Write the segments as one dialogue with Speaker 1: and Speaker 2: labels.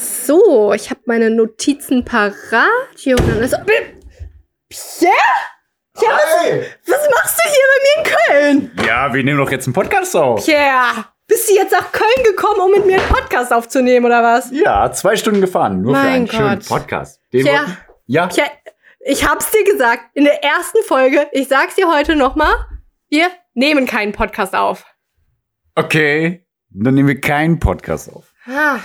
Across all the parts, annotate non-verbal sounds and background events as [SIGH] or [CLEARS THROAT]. Speaker 1: So, ich habe meine Notizen parat. Hier und dann ist. Pierre? Ja, was,
Speaker 2: Hey!
Speaker 1: was machst du hier bei mir in Köln?
Speaker 3: Ja, wir nehmen doch jetzt einen Podcast auf.
Speaker 1: Pierre, bist du jetzt nach Köln gekommen, um mit mir einen Podcast aufzunehmen oder was?
Speaker 3: Ja, zwei Stunden gefahren, nur für
Speaker 1: Mein
Speaker 3: einen schönen
Speaker 1: Gott.
Speaker 3: Podcast. Den
Speaker 1: Tja.
Speaker 3: wollten- ja,
Speaker 1: Pierre, ich hab's dir gesagt in der ersten Folge. Ich sag's dir heute nochmal. Wir nehmen keinen Podcast auf.
Speaker 3: okay. Dann nehmen wir keinen Podcast auf.
Speaker 1: Ah.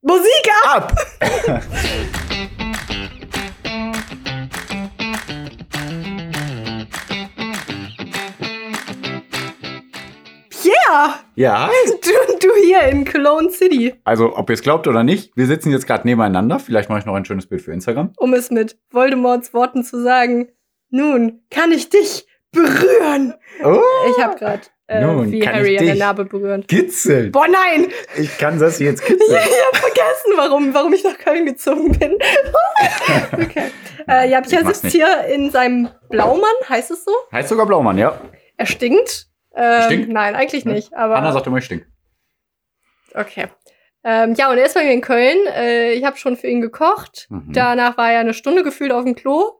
Speaker 1: Musik ab!
Speaker 3: Ab!
Speaker 1: Pierre!
Speaker 3: Ja,
Speaker 1: Du, du hier in Cologne City.
Speaker 3: also ob ihr es glaubt oder nicht, wir sitzen jetzt gerade nebeneinander. Vielleicht mache ich noch ein schönes Bild für Instagram.
Speaker 1: um es mit Voldemorts Worten zu sagen, nun kann ich dich berühren.
Speaker 3: Oh,
Speaker 1: Ich habe gerade äh,
Speaker 3: Nun
Speaker 1: wie
Speaker 3: kann
Speaker 1: Harry
Speaker 3: ich
Speaker 1: an der
Speaker 3: dich.
Speaker 1: Narbe berühren.
Speaker 3: kitzeln.
Speaker 1: Boah, nein!
Speaker 3: Ich kann das jetzt
Speaker 1: Ich [LAUGHS]
Speaker 3: kitzeln.
Speaker 1: habe vergessen, warum, warum ich nach Köln gezogen bin. [LAUGHS] okay. Äh, ja, Pierre
Speaker 3: mach's
Speaker 1: sitzt
Speaker 3: nicht.
Speaker 1: hier in seinem Blaumann, heißt es so?
Speaker 3: Heißt sogar Blaumann, ja.
Speaker 1: Er stinkt. Ähm,
Speaker 3: Stinkt?
Speaker 1: Nein, eigentlich
Speaker 3: Ne?
Speaker 1: nicht. Aber
Speaker 3: Anna sagt immer, ich stink.
Speaker 1: Okay. Ähm, ja, und er ist bei mir in Köln. Äh, ich habe schon für ihn gekocht.
Speaker 3: Mhm.
Speaker 1: Danach war er eine Stunde gefühlt auf dem Klo.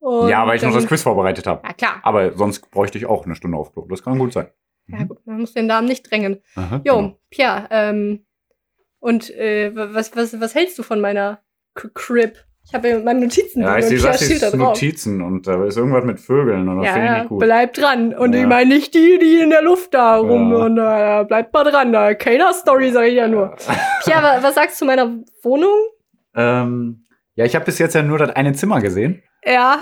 Speaker 1: Und
Speaker 3: Ja, weil ich noch
Speaker 1: dann-
Speaker 3: das Quiz vorbereitet habe.
Speaker 1: Ja, klar.
Speaker 3: Aber sonst bräuchte ich auch eine Stunde auf Klo. Das kann gut sein.
Speaker 1: Ja, gut, man muss den Namen nicht drängen.
Speaker 3: Aha, Mhm. genau.
Speaker 1: Jo, Pierre, ähm, und äh, wa- was, was, was hältst du von meiner K Crib? Ich habe ja meine Notizen
Speaker 3: Ja,
Speaker 1: drin
Speaker 3: ich
Speaker 1: und
Speaker 3: sehe,
Speaker 1: Pierre
Speaker 3: das
Speaker 1: steht da
Speaker 3: ist
Speaker 1: drauf.
Speaker 3: Notizen und da ist irgendwas mit Vögeln und das finde ich
Speaker 1: Ja,
Speaker 3: nicht gut.
Speaker 1: bleib dran. Und ich
Speaker 3: Ja.
Speaker 1: meine nicht die, die in der Luft da rum.
Speaker 3: Ja.
Speaker 1: Und, äh, bleib mal dran. Da. Keiner Story, sage ich ja nur. Pierre, wa- was sagst du zu meiner Wohnung?
Speaker 3: Ähm, ja, ich habe bis jetzt ja nur das eine Zimmer gesehen. [LAUGHS]
Speaker 1: Ja,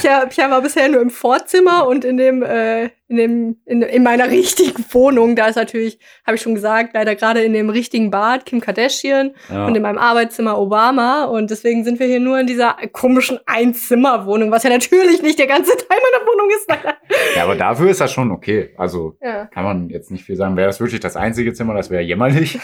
Speaker 1: Pierre, Pierre war bisher nur im Vorzimmer und in dem, äh, in dem, in, in meiner [LAUGHS] richtigen Wohnung. Da ist natürlich, habe ich schon gesagt, leider gerade in dem richtigen Bad Kim Kardashian.
Speaker 3: Ja.
Speaker 1: und in meinem Arbeitszimmer Obama und deswegen sind wir hier nur in dieser komischen Einzimmerwohnung, was ja natürlich nicht der ganze [LAUGHS] Teil meiner Wohnung ist. leider.
Speaker 3: ja, aber dafür ist das schon okay. Also
Speaker 1: Ja.
Speaker 3: kann man jetzt nicht viel sagen. Wäre das wirklich das einzige Zimmer, das
Speaker 1: [LAUGHS]
Speaker 3: wäre jämmerlich.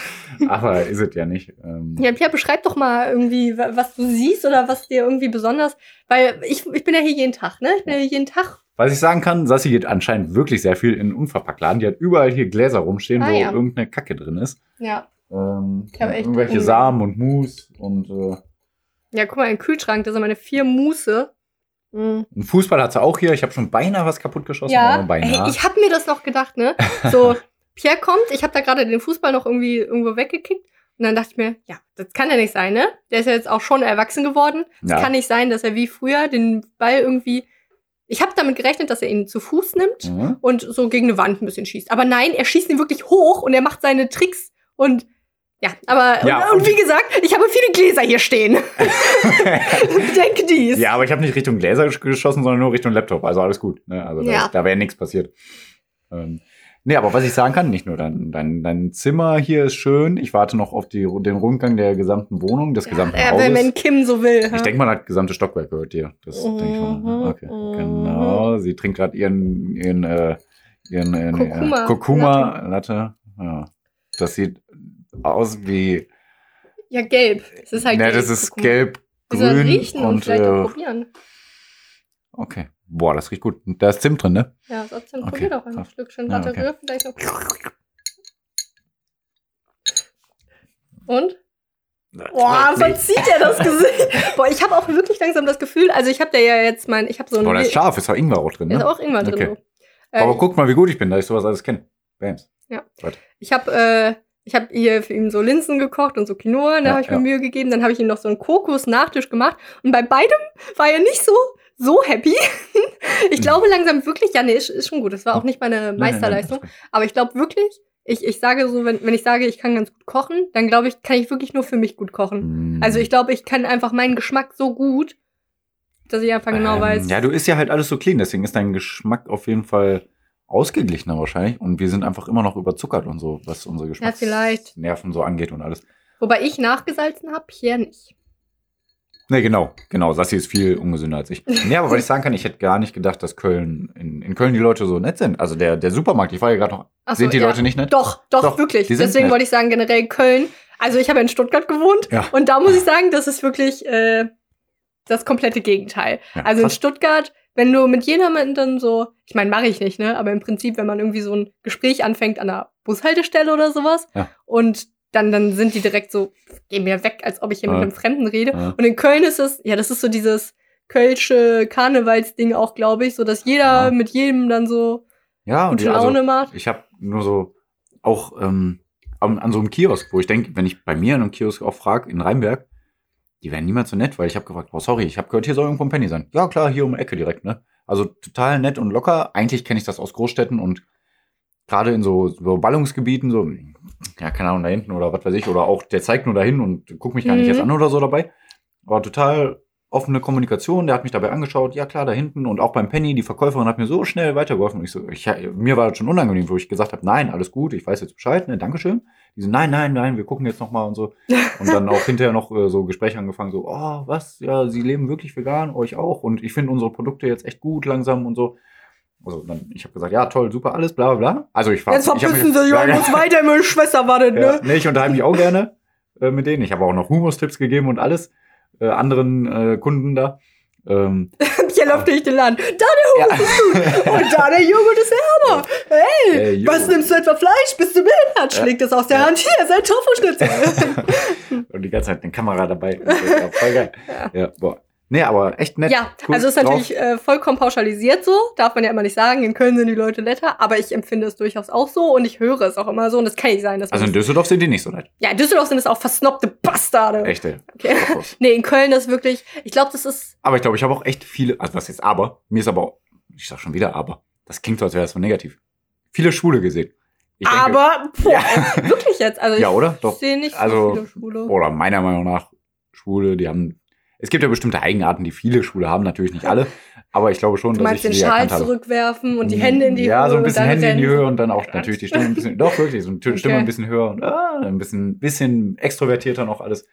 Speaker 3: aber ist es ja nicht. Ähm,
Speaker 1: ja, Pierre, beschreib doch mal irgendwie, wa- was du siehst oder was dir irgendwie besonders, weil ich, ich bin ja hier jeden Tag, ne? Ich bin ja hier jeden Tag.
Speaker 3: Was ich sagen kann, Sassi geht anscheinend wirklich sehr viel in den Unverpacktladen. Die hat überall hier Gläser rumstehen,
Speaker 1: Ah,
Speaker 3: wo
Speaker 1: ja.
Speaker 3: irgendeine Kacke drin ist.
Speaker 1: Ja.
Speaker 3: Ähm,
Speaker 1: Ich hab echt
Speaker 3: irgendwelche
Speaker 1: Hunger.
Speaker 3: Samen und Mus und äh,
Speaker 1: Ja, guck mal, im Kühlschrank, da sind meine vier Muße. Mhm.
Speaker 3: einen Fußball hat sie auch hier. Ich habe schon beinahe was kaputt geschossen.
Speaker 1: Ja,
Speaker 3: aber beinahe.
Speaker 1: Ey, ich habe mir das noch gedacht,
Speaker 3: [LAUGHS]
Speaker 1: ne? So, Pierre kommt, ich habe da gerade den Fußball noch irgendwie irgendwo weggekickt. Und dann dachte ich mir, ja, das kann ja nicht sein, ne? Der ist ja jetzt auch schon erwachsen geworden. Es
Speaker 3: Ja.
Speaker 1: kann nicht sein, dass er wie früher den Ball irgendwie. Ich habe damit gerechnet, dass er ihn zu Fuß nimmt
Speaker 3: Mhm.
Speaker 1: und so gegen eine Wand ein bisschen schießt. Aber nein, er schießt ihn wirklich hoch und er macht seine Tricks und ja, aber
Speaker 3: Ja,
Speaker 1: und, und
Speaker 3: und-
Speaker 1: wie gesagt, ich habe viele Gläser hier stehen.
Speaker 3: [LAUGHS]
Speaker 1: ich denke dies.
Speaker 3: Ja, aber ich habe nicht Richtung Gläser gesch- geschossen, sondern nur Richtung Laptop. Also alles gut. Ne? Also da,
Speaker 1: Ja.
Speaker 3: da wäre nichts passiert. Ähm, nee, aber was ich sagen kann, nicht nur dein, dein, dein Zimmer hier ist schön. Ich warte noch auf die, den Rundgang der gesamten Wohnung, des gesamten
Speaker 1: Ja, Äh, wenn man
Speaker 3: Hauses.
Speaker 1: Kim so will.
Speaker 3: Ich
Speaker 1: ha?
Speaker 3: denke mal, das gesamte Stockwerk gehört dir. Das
Speaker 1: Mhm,
Speaker 3: denke ich mal. ne? Okay,
Speaker 1: mhm.
Speaker 3: genau. Sie trinkt gerade ihren, ihren, äh, ihren, ihren
Speaker 1: Kurkuma.
Speaker 3: Äh, Kurkuma Latte. Ja. Das sieht aus wie.
Speaker 1: Ja, gelb. Es ist halt
Speaker 3: ne,
Speaker 1: gelb.
Speaker 3: das ist
Speaker 1: Guck mal.
Speaker 3: gelb,
Speaker 1: Wir sollen
Speaker 3: grün
Speaker 1: riechen
Speaker 3: und,
Speaker 1: und, vielleicht
Speaker 3: äh,
Speaker 1: auch probieren.
Speaker 3: Okay. Boah, das riecht gut. Da ist Zimt drin, ne?
Speaker 1: Ja, trotzdem
Speaker 3: okay,
Speaker 1: probier doch ein
Speaker 3: krass.
Speaker 1: Stück. Schön
Speaker 3: Ja,
Speaker 1: Latte
Speaker 3: okay.
Speaker 1: Rühr, vielleicht noch. Und? Boah, verzieht er das Gesicht. [LAUGHS] Boah, ich habe auch wirklich langsam das Gefühl, also ich habe da ja jetzt mein, ich habe so ein
Speaker 3: Boah, da ist
Speaker 1: Da
Speaker 3: scharf, ist auch Ingwer auch drin,
Speaker 1: ist
Speaker 3: ne?
Speaker 1: auch irgendwann drin.
Speaker 3: Okay.
Speaker 1: So. Äh,
Speaker 3: Aber guck mal, wie gut ich bin, da ich sowas alles kenne. Bams.
Speaker 1: Ich habe äh, ich habe hier für ihn so Linsen gekocht und so Quinoa, da
Speaker 3: Ja,
Speaker 1: habe ich mir
Speaker 3: ja.
Speaker 1: Mühe gegeben, dann habe ich ihm noch so einen Kokos-Nachtisch gemacht und bei beidem war er nicht so so happy. [LAUGHS] ich
Speaker 3: Mhm.
Speaker 1: glaube langsam wirklich, ja nee, ist, ist schon gut, das war auch nicht meine Meisterleistung,
Speaker 3: Nein, nein,
Speaker 1: aber ich glaube wirklich, ich, ich sage so, wenn, wenn ich sage, ich kann ganz gut kochen, dann glaube ich, kann ich wirklich nur für mich gut kochen.
Speaker 3: nein, nein.
Speaker 1: Also ich glaube, ich kann einfach meinen Geschmack so gut, dass ich einfach genau
Speaker 3: Ähm,
Speaker 1: weiß.
Speaker 3: Ja, du isst ja halt alles so clean, deswegen ist dein Geschmack auf jeden Fall ausgeglichener wahrscheinlich. Und wir sind einfach immer noch überzuckert und so, was unsere
Speaker 1: vielleicht.
Speaker 3: Geschmacksnerven so angeht und alles.
Speaker 1: Wobei ich nachgesalzen habe, Pierre nicht.
Speaker 3: Nee, genau, genau. Sassi ist viel ungesünder als ich. Nee, aber was ich sagen kann, ich hätte gar nicht gedacht, dass Köln, in, in Köln die Leute so nett sind. Also der, der Supermarkt, ich war ja gerade noch.
Speaker 1: Ach so,
Speaker 3: sind die
Speaker 1: ja.
Speaker 3: Leute nicht nett?
Speaker 1: Doch, doch,
Speaker 3: Doch,
Speaker 1: wirklich.
Speaker 3: die sind
Speaker 1: Deswegen
Speaker 3: nett.
Speaker 1: wollte ich sagen, generell Köln. Also ich habe in Stuttgart gewohnt
Speaker 3: Ja.
Speaker 1: und da muss ich sagen, das ist wirklich äh, das komplette Gegenteil.
Speaker 3: Ja,
Speaker 1: also in
Speaker 3: krass.
Speaker 1: Stuttgart, wenn du mit jemandem dann so, ich meine, mache ich nicht, ne? Aber im Prinzip, wenn man irgendwie so ein Gespräch anfängt an einer Bushaltestelle oder sowas
Speaker 3: Ja.
Speaker 1: und dann, dann sind die direkt so, geh mir weg, als ob ich hier
Speaker 3: Ja.
Speaker 1: mit einem Fremden rede.
Speaker 3: Ja.
Speaker 1: Und in Köln ist es, ja, das ist so dieses kölsche Karnevalsding auch, glaube ich, so dass jeder
Speaker 3: Ja.
Speaker 1: mit jedem dann so
Speaker 3: Ja, und
Speaker 1: gute
Speaker 3: die, also,
Speaker 1: Laune macht.
Speaker 3: ich habe nur so auch ähm, an, an so einem Kiosk, wo ich denke, wenn ich bei mir in einem Kiosk auch frage, in Rheinberg, die wären niemals so nett, weil ich habe gefragt, oh sorry, ich habe gehört, hier soll irgendwo ein Penny sein. Ja klar, hier um die Ecke direkt, ne? Also total nett und locker. Eigentlich kenne ich das aus Großstädten und gerade in so, so Ballungsgebieten, so, ja, keine Ahnung, da hinten oder was weiß ich, oder auch der zeigt nur dahin und guckt mich gar nicht
Speaker 1: Mhm.
Speaker 3: jetzt an oder so dabei. Aber total offene Kommunikation, der hat mich dabei angeschaut, ja klar, da hinten und auch beim Penny, die Verkäuferin hat mir so schnell weitergeholfen. Und ich so, ich, mir war das schon unangenehm, wo ich gesagt habe, nein, alles gut, ich weiß jetzt Bescheid, ne, Dankeschön. Die so, nein, nein, nein, wir gucken jetzt nochmal und so. Und
Speaker 1: [LAUGHS]
Speaker 3: dann auch hinterher noch äh, so Gespräche angefangen, so, oh, was, ja, sie leben wirklich vegan, euch auch. Und ich finde unsere Produkte jetzt echt gut langsam und so. Also dann, ich habe gesagt, ja, toll, super, alles, bla, bla, bla. Also ich war,
Speaker 1: Jetzt
Speaker 3: ich hab mich-
Speaker 1: verpissen sie sich und muss weiter mit der Schwester wartet,
Speaker 3: ja,
Speaker 1: ne?
Speaker 3: nee, ich unterhalte mich auch gerne äh, mit denen. Ich habe auch noch Humorstipps gegeben und alles äh, anderen äh, Kunden da. Ähm,
Speaker 1: Hier läuft nicht den Laden. Da
Speaker 3: [LAUGHS] ja.
Speaker 1: der Huhn und da der Joghurt ist der Hammer. Hey,
Speaker 3: Äh,
Speaker 1: was
Speaker 3: jo.
Speaker 1: nimmst du etwa Fleisch? Bist du behindert? Schlägt es aus der
Speaker 3: Ja.
Speaker 1: Hand. Hier, sein
Speaker 3: [LAUGHS]
Speaker 1: Tofu-Schnitzel.
Speaker 3: und die ganze Zeit eine Kamera dabei. Ja, voll geil.
Speaker 1: [LAUGHS] Ja.
Speaker 3: Ja. boah. Nee, aber echt nett.
Speaker 1: Ja,
Speaker 3: cool
Speaker 1: also ist
Speaker 3: drauf.
Speaker 1: natürlich äh, vollkommen pauschalisiert so, darf man ja immer nicht sagen. In Köln sind die Leute netter, aber ich empfinde es durchaus auch so und ich höre es auch immer so und das kann nicht sein. Dass
Speaker 3: Also in
Speaker 1: man-
Speaker 3: Düsseldorf sind die nicht so nett.
Speaker 1: ja, in Düsseldorf sind es auch versnobte Bastarde.
Speaker 3: Echte.
Speaker 1: Okay. Nee, in Köln ist wirklich, ich glaube, das ist,
Speaker 3: Aber ich glaube, ich habe auch echt viele, also was jetzt aber, mir ist aber, auch- ich sag schon wieder aber, das klingt so, als wäre das so negativ. Viele Schwule gesehen. Ich denke-
Speaker 1: aber boah, [LAUGHS] wirklich jetzt. Also ich
Speaker 3: Ja, oder? Doch.
Speaker 1: sehe nicht so
Speaker 3: Also,
Speaker 1: viele Schwule.
Speaker 3: oder meiner Meinung nach Schwule, die haben. Es gibt ja bestimmte Eigenarten, die viele Schwule haben, natürlich nicht alle, aber ich glaube schon,
Speaker 1: du
Speaker 3: dass ich
Speaker 1: meinst
Speaker 3: die
Speaker 1: den Schal
Speaker 3: erkannt habe. Mhm. Hm,
Speaker 1: zurückwerfen und die Hände in die Höhe.
Speaker 3: ja, Ja, so ein
Speaker 1: und
Speaker 3: bisschen
Speaker 1: dann
Speaker 3: Hände in die
Speaker 1: rennen.
Speaker 3: Höhe und dann auch natürlich die Stimme ein bisschen. Doch, wirklich, so eine Tü- Stimme
Speaker 1: Okay.
Speaker 3: ein bisschen höher und ah, ein bisschen, bisschen extrovertierter noch alles.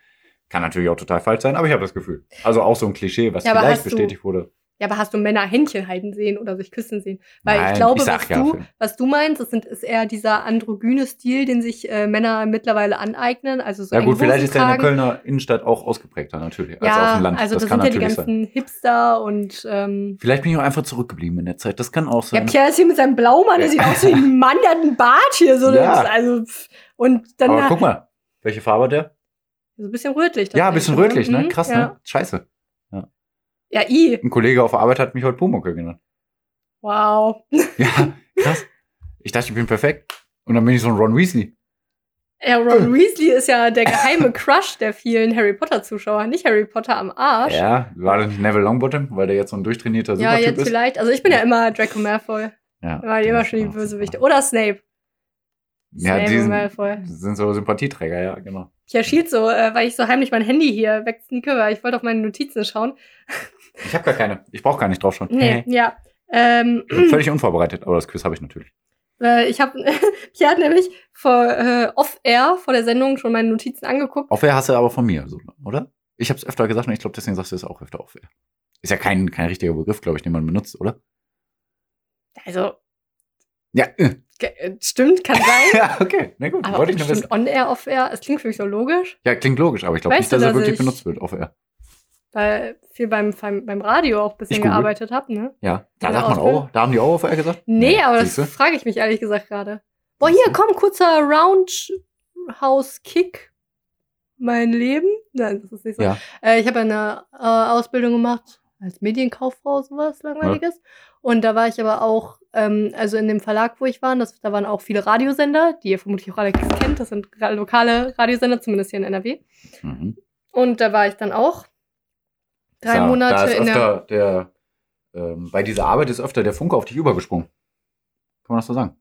Speaker 3: Kann natürlich auch total falsch sein, aber ich habe das Gefühl. Also auch so ein Klischee, was
Speaker 1: Ja, aber
Speaker 3: vielleicht
Speaker 1: hast du-
Speaker 3: bestätigt wurde.
Speaker 1: Ja, aber hast du Männer Händchen halten sehen oder sich küssen sehen? Weil
Speaker 3: Nein,
Speaker 1: ich glaube,
Speaker 3: ich sag
Speaker 1: was,
Speaker 3: ja,
Speaker 1: du,
Speaker 3: Finn.
Speaker 1: was du meinst, das sind, ist eher dieser androgyne Stil, den sich äh, Männer mittlerweile aneignen. Also so
Speaker 3: Ja gut,
Speaker 1: Enghosen
Speaker 3: vielleicht ist der in der
Speaker 1: tragen.
Speaker 3: Kölner Innenstadt auch ausgeprägter natürlich als
Speaker 1: ja,
Speaker 3: auf dem Land.
Speaker 1: Also das,
Speaker 3: kann
Speaker 1: sind ja die
Speaker 3: natürlich sein.
Speaker 1: ganzen Hipster und ähm,
Speaker 3: Vielleicht bin ich auch einfach zurückgeblieben in der Zeit. Das kann auch
Speaker 1: ja,
Speaker 3: sein.
Speaker 1: Pierre ist hier mit seinem Blaumann, der sieht aus wie ein Mann, der hat einen Bart hier. So,
Speaker 3: Ja.
Speaker 1: das ist also, pff. und dann
Speaker 3: aber
Speaker 1: na-
Speaker 3: guck mal, welche Farbe hat der?
Speaker 1: so ein bisschen rötlich.
Speaker 3: Ja, ein bisschen
Speaker 1: tatsächlich,
Speaker 3: rötlich, ne?
Speaker 1: Mhm,
Speaker 3: Krass,
Speaker 1: ja.
Speaker 3: ne? Scheiße.
Speaker 1: Ja, i.
Speaker 3: Ein Kollege auf der Arbeit hat mich heute Pumuckel genannt. [LAUGHS]
Speaker 1: Wow.
Speaker 3: Ja, krass. Ich dachte, ich bin perfekt. Und dann bin ich so ein Ron Weasley.
Speaker 1: Ja,
Speaker 3: [CLEARS THROAT]
Speaker 1: Ron Weasley ist ja der geheime Crush der vielen Harry Potter-Zuschauer. Nicht Harry Potter am Arsch.
Speaker 3: Ja, war das nicht Neville Longbottom, weil der jetzt so ein durchtrainierter
Speaker 1: Ja,
Speaker 3: Supertyp
Speaker 1: jetzt
Speaker 3: ist?
Speaker 1: vielleicht. Also ich bin ja immer Draco Malfoy.
Speaker 3: Ja, genau.
Speaker 1: War immer schon die Bösewichte. Oder Snape.
Speaker 3: Ja,
Speaker 1: Snape
Speaker 3: die
Speaker 1: und
Speaker 3: sind,
Speaker 1: Malfoy.
Speaker 3: sind so Sympathieträger, ja, genau.
Speaker 1: Ich erschien so, äh, weil ich so heimlich mein Handy hier wegsneake, weil ich wollte auf meine Notizen schauen.
Speaker 3: Ich habe gar keine. Ich brauche gar nicht drauf schauen.
Speaker 1: Nee, ja. Ähm,
Speaker 3: Völlig unvorbereitet, aber das Quiz habe ich natürlich.
Speaker 1: äh, [LAUGHS] ich habe, Pierre hat nämlich vor äh, off-air vor der Sendung schon meine Notizen angeguckt.
Speaker 3: Auf Air hast du aber von mir, so, ne, oder? Ich habe es öfter gesagt und ich glaube, deswegen sagst du es auch öfter auf Air. Ist ja kein, kein richtiger Begriff, glaube ich, den man benutzt, oder?
Speaker 1: Also,
Speaker 3: Ja, äh. [LAUGHS]
Speaker 1: ge- äh, stimmt, kann sein.
Speaker 3: ja okay. Na gut,
Speaker 1: Aber
Speaker 3: wollte
Speaker 1: Wollte
Speaker 3: ich nur wissen.
Speaker 1: bestimmt on-air, off-air, es klingt für mich so logisch,
Speaker 3: Ja, klingt logisch, aber ich glaube
Speaker 1: Weißt
Speaker 3: nicht,
Speaker 1: du,
Speaker 3: dass er
Speaker 1: dass
Speaker 3: wirklich
Speaker 1: ich-
Speaker 3: benutzt wird auf Air.
Speaker 1: weil viel beim, beim, beim Radio auch ein bisschen
Speaker 3: Ich google.
Speaker 1: gearbeitet habe, ne?
Speaker 3: Ja, da
Speaker 1: Ja,
Speaker 3: sagt man
Speaker 1: Ausbildung.
Speaker 3: auch, da haben die auch auf Air gesagt?
Speaker 1: Nee, aber das
Speaker 3: siehste?
Speaker 1: frage ich mich ehrlich gesagt gerade. Boah, hier, komm, kurzer Roundhouse-Kick. Mein Leben? Nein, das ist nicht so.
Speaker 3: Ja.
Speaker 1: Äh, ich habe eine äh, Ausbildung gemacht als Medienkauffrau, sowas Langweiliges. Und da war ich aber auch, ähm, also in dem Verlag, wo ich war, das, da waren auch viele Radiosender, die ihr vermutlich auch alle kennt. Das sind ra- lokale Radiosender, zumindest hier in NRW.
Speaker 3: Mhm.
Speaker 1: Und da war ich dann auch drei
Speaker 3: Da-
Speaker 1: Monate
Speaker 3: da ist
Speaker 1: in der.
Speaker 3: öfter der, ähm, bei dieser Arbeit ist öfter der Funke auf dich übergesprungen. Kann man das so sagen?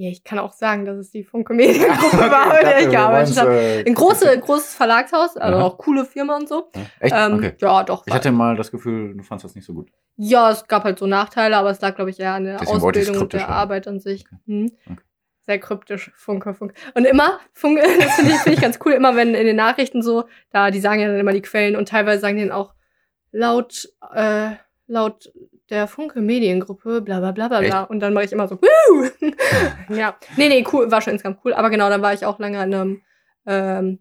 Speaker 1: Ja, ich kann auch sagen, dass es die Funke
Speaker 3: [LAUGHS]
Speaker 1: Mediengruppe [LAUGHS] war, in der ich gearbeitet habe.
Speaker 3: äh,
Speaker 1: Ein große, großes Verlagshaus, also
Speaker 3: Aha.
Speaker 1: auch coole Firma und so.
Speaker 3: Echt?
Speaker 1: Ähm,
Speaker 3: okay.
Speaker 1: Ja, doch.
Speaker 3: Ich hatte mal das Gefühl, du fandst das nicht so gut.
Speaker 1: ja, es gab halt so Nachteile, aber es lag, glaube ich, eher an der
Speaker 3: Deswegen wollte ich's
Speaker 1: Ausbildung und der
Speaker 3: kryptisch haben.
Speaker 1: Arbeit an sich. Mhm.
Speaker 3: Okay.
Speaker 1: Sehr kryptisch, Funke, Funke. Und immer, Funke, [LAUGHS] das finde ich, finde ich ganz cool, immer wenn in den Nachrichten so, da, die sagen ja dann immer die Quellen und teilweise sagen die dann auch laut, äh, laut der Funke Mediengruppe, bla bla bla bla bla. Und dann mache ich immer so, Woo! [LAUGHS] ja. Nee, nee, cool, war schon insgesamt cool. Aber genau, dann war ich auch lange an einem, ähm,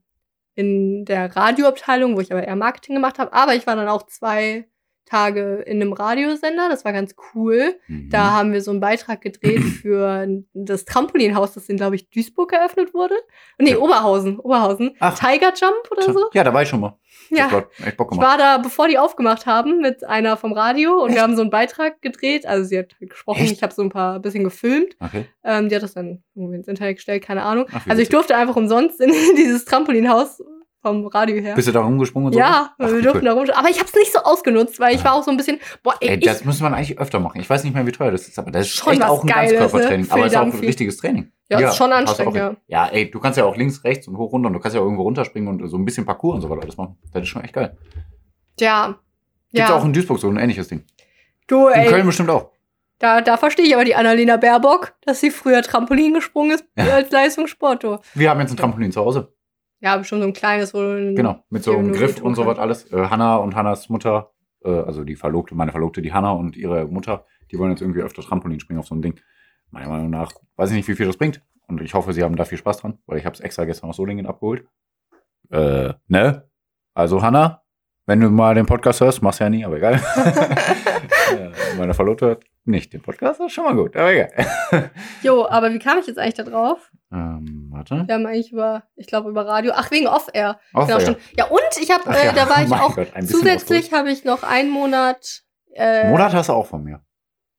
Speaker 1: in der Radioabteilung, wo ich aber eher Marketing gemacht habe. Aber ich war dann auch zwei Tage in einem Radiosender. Das war ganz cool.
Speaker 3: Mhm.
Speaker 1: Da haben wir so einen Beitrag
Speaker 3: [CLEARS THROAT]
Speaker 1: gedreht für das Trampolinhaus, das in, glaube ich, Duisburg eröffnet wurde. Nee,
Speaker 3: Ja.
Speaker 1: Oberhausen. Oberhausen.
Speaker 3: Ach.
Speaker 1: Tiger Jump oder so.
Speaker 3: Ja, da war ich schon mal.
Speaker 1: Ja.
Speaker 3: Das hat echt Bock
Speaker 1: Ich war
Speaker 3: gemacht.
Speaker 1: da, bevor die aufgemacht haben, mit einer vom Radio und wir haben so einen Beitrag gedreht. Also sie hat gesprochen,
Speaker 3: Echt?
Speaker 1: ich habe so ein paar bisschen gefilmt.
Speaker 3: Okay.
Speaker 1: Ähm, die hat das dann irgendwie ins Internet gestellt, keine Ahnung.
Speaker 3: Ach, wie
Speaker 1: Also ich
Speaker 3: witzig.
Speaker 1: durfte einfach umsonst in [LAUGHS] dieses Trampolinhaus vom Radio her.
Speaker 3: Bist du da rumgesprungen und so?
Speaker 1: ja,
Speaker 3: Ach,
Speaker 1: wir
Speaker 3: wie
Speaker 1: durften da
Speaker 3: cool.
Speaker 1: rum. Aber ich habe es nicht so ausgenutzt, weil ich
Speaker 3: Ah.
Speaker 1: war auch so ein bisschen, boah, ey,
Speaker 3: Ey, das müsste man eigentlich öfter machen. Ich weiß nicht mehr, wie teuer das ist, aber das ist
Speaker 1: Schon
Speaker 3: echt
Speaker 1: was
Speaker 3: auch ein
Speaker 1: Geiles, ne?
Speaker 3: Ganzkörpertraining.
Speaker 1: Phil
Speaker 3: Aber es ist auch ein
Speaker 1: Dunphy.
Speaker 3: richtiges Training.
Speaker 1: Ja, ist schon
Speaker 3: passt
Speaker 1: anstrengend,
Speaker 3: auch hin. ja, ey, du kannst ja auch links, rechts und hoch, runter und du kannst ja irgendwo runterspringen und so ein bisschen Parcours und so weiter alles machen. Das ist schon echt geil.
Speaker 1: ich, ja,
Speaker 3: Gibt's
Speaker 1: ja.
Speaker 3: auch in Duisburg so ein ähnliches Ding.
Speaker 1: du,
Speaker 3: In Köln
Speaker 1: ey,
Speaker 3: bestimmt auch.
Speaker 1: da, da verstehe ich aber die Annalena Baerbock, dass sie früher Trampolin gesprungen ist als Leistungssport. du.
Speaker 3: Wir haben jetzt ein Trampolin zu Hause.
Speaker 1: Ja, bestimmt so ein kleines, wo du
Speaker 3: Genau. Mit so
Speaker 1: Ja,
Speaker 3: einem
Speaker 1: nur
Speaker 3: Griff
Speaker 1: mit
Speaker 3: und so was
Speaker 1: Drucker.
Speaker 3: alles. Äh, Hanna und Hannas Mutter, äh, also die Verlobte, meine Verlobte, die Hanna und ihre Mutter, die wollen jetzt irgendwie öfter Trampolin springen auf so ein Ding. Meiner Meinung nach weiß ich nicht, wie viel das bringt. Und ich hoffe, sie haben da viel Spaß dran, weil ich habe es extra gestern aus Solingen abgeholt. Äh, ne? Also Hanna, wenn du mal den Podcast hörst, machst ja nie,
Speaker 1: [LAUGHS]
Speaker 3: aber egal. äh, meine Verlobte hört nicht den Podcast, das ist schon mal gut, aber egal.
Speaker 1: Jo, aber wie kam ich jetzt eigentlich da drauf?
Speaker 3: Ähm, warte.
Speaker 1: Wir haben eigentlich über, ich glaube, über Radio. Ach, wegen Off-Air.
Speaker 3: Auf
Speaker 1: Genau,
Speaker 3: Lager.
Speaker 1: stimmt. Ja, und ich habe,
Speaker 3: Ach
Speaker 1: äh,
Speaker 3: ja,
Speaker 1: da
Speaker 3: [LAUGHS]
Speaker 1: war ich
Speaker 3: mein
Speaker 1: auch,
Speaker 3: Gott, ein bisschen
Speaker 1: zusätzlich habe ich noch einen Monat. Äh,
Speaker 3: Monat hast du auch von mir.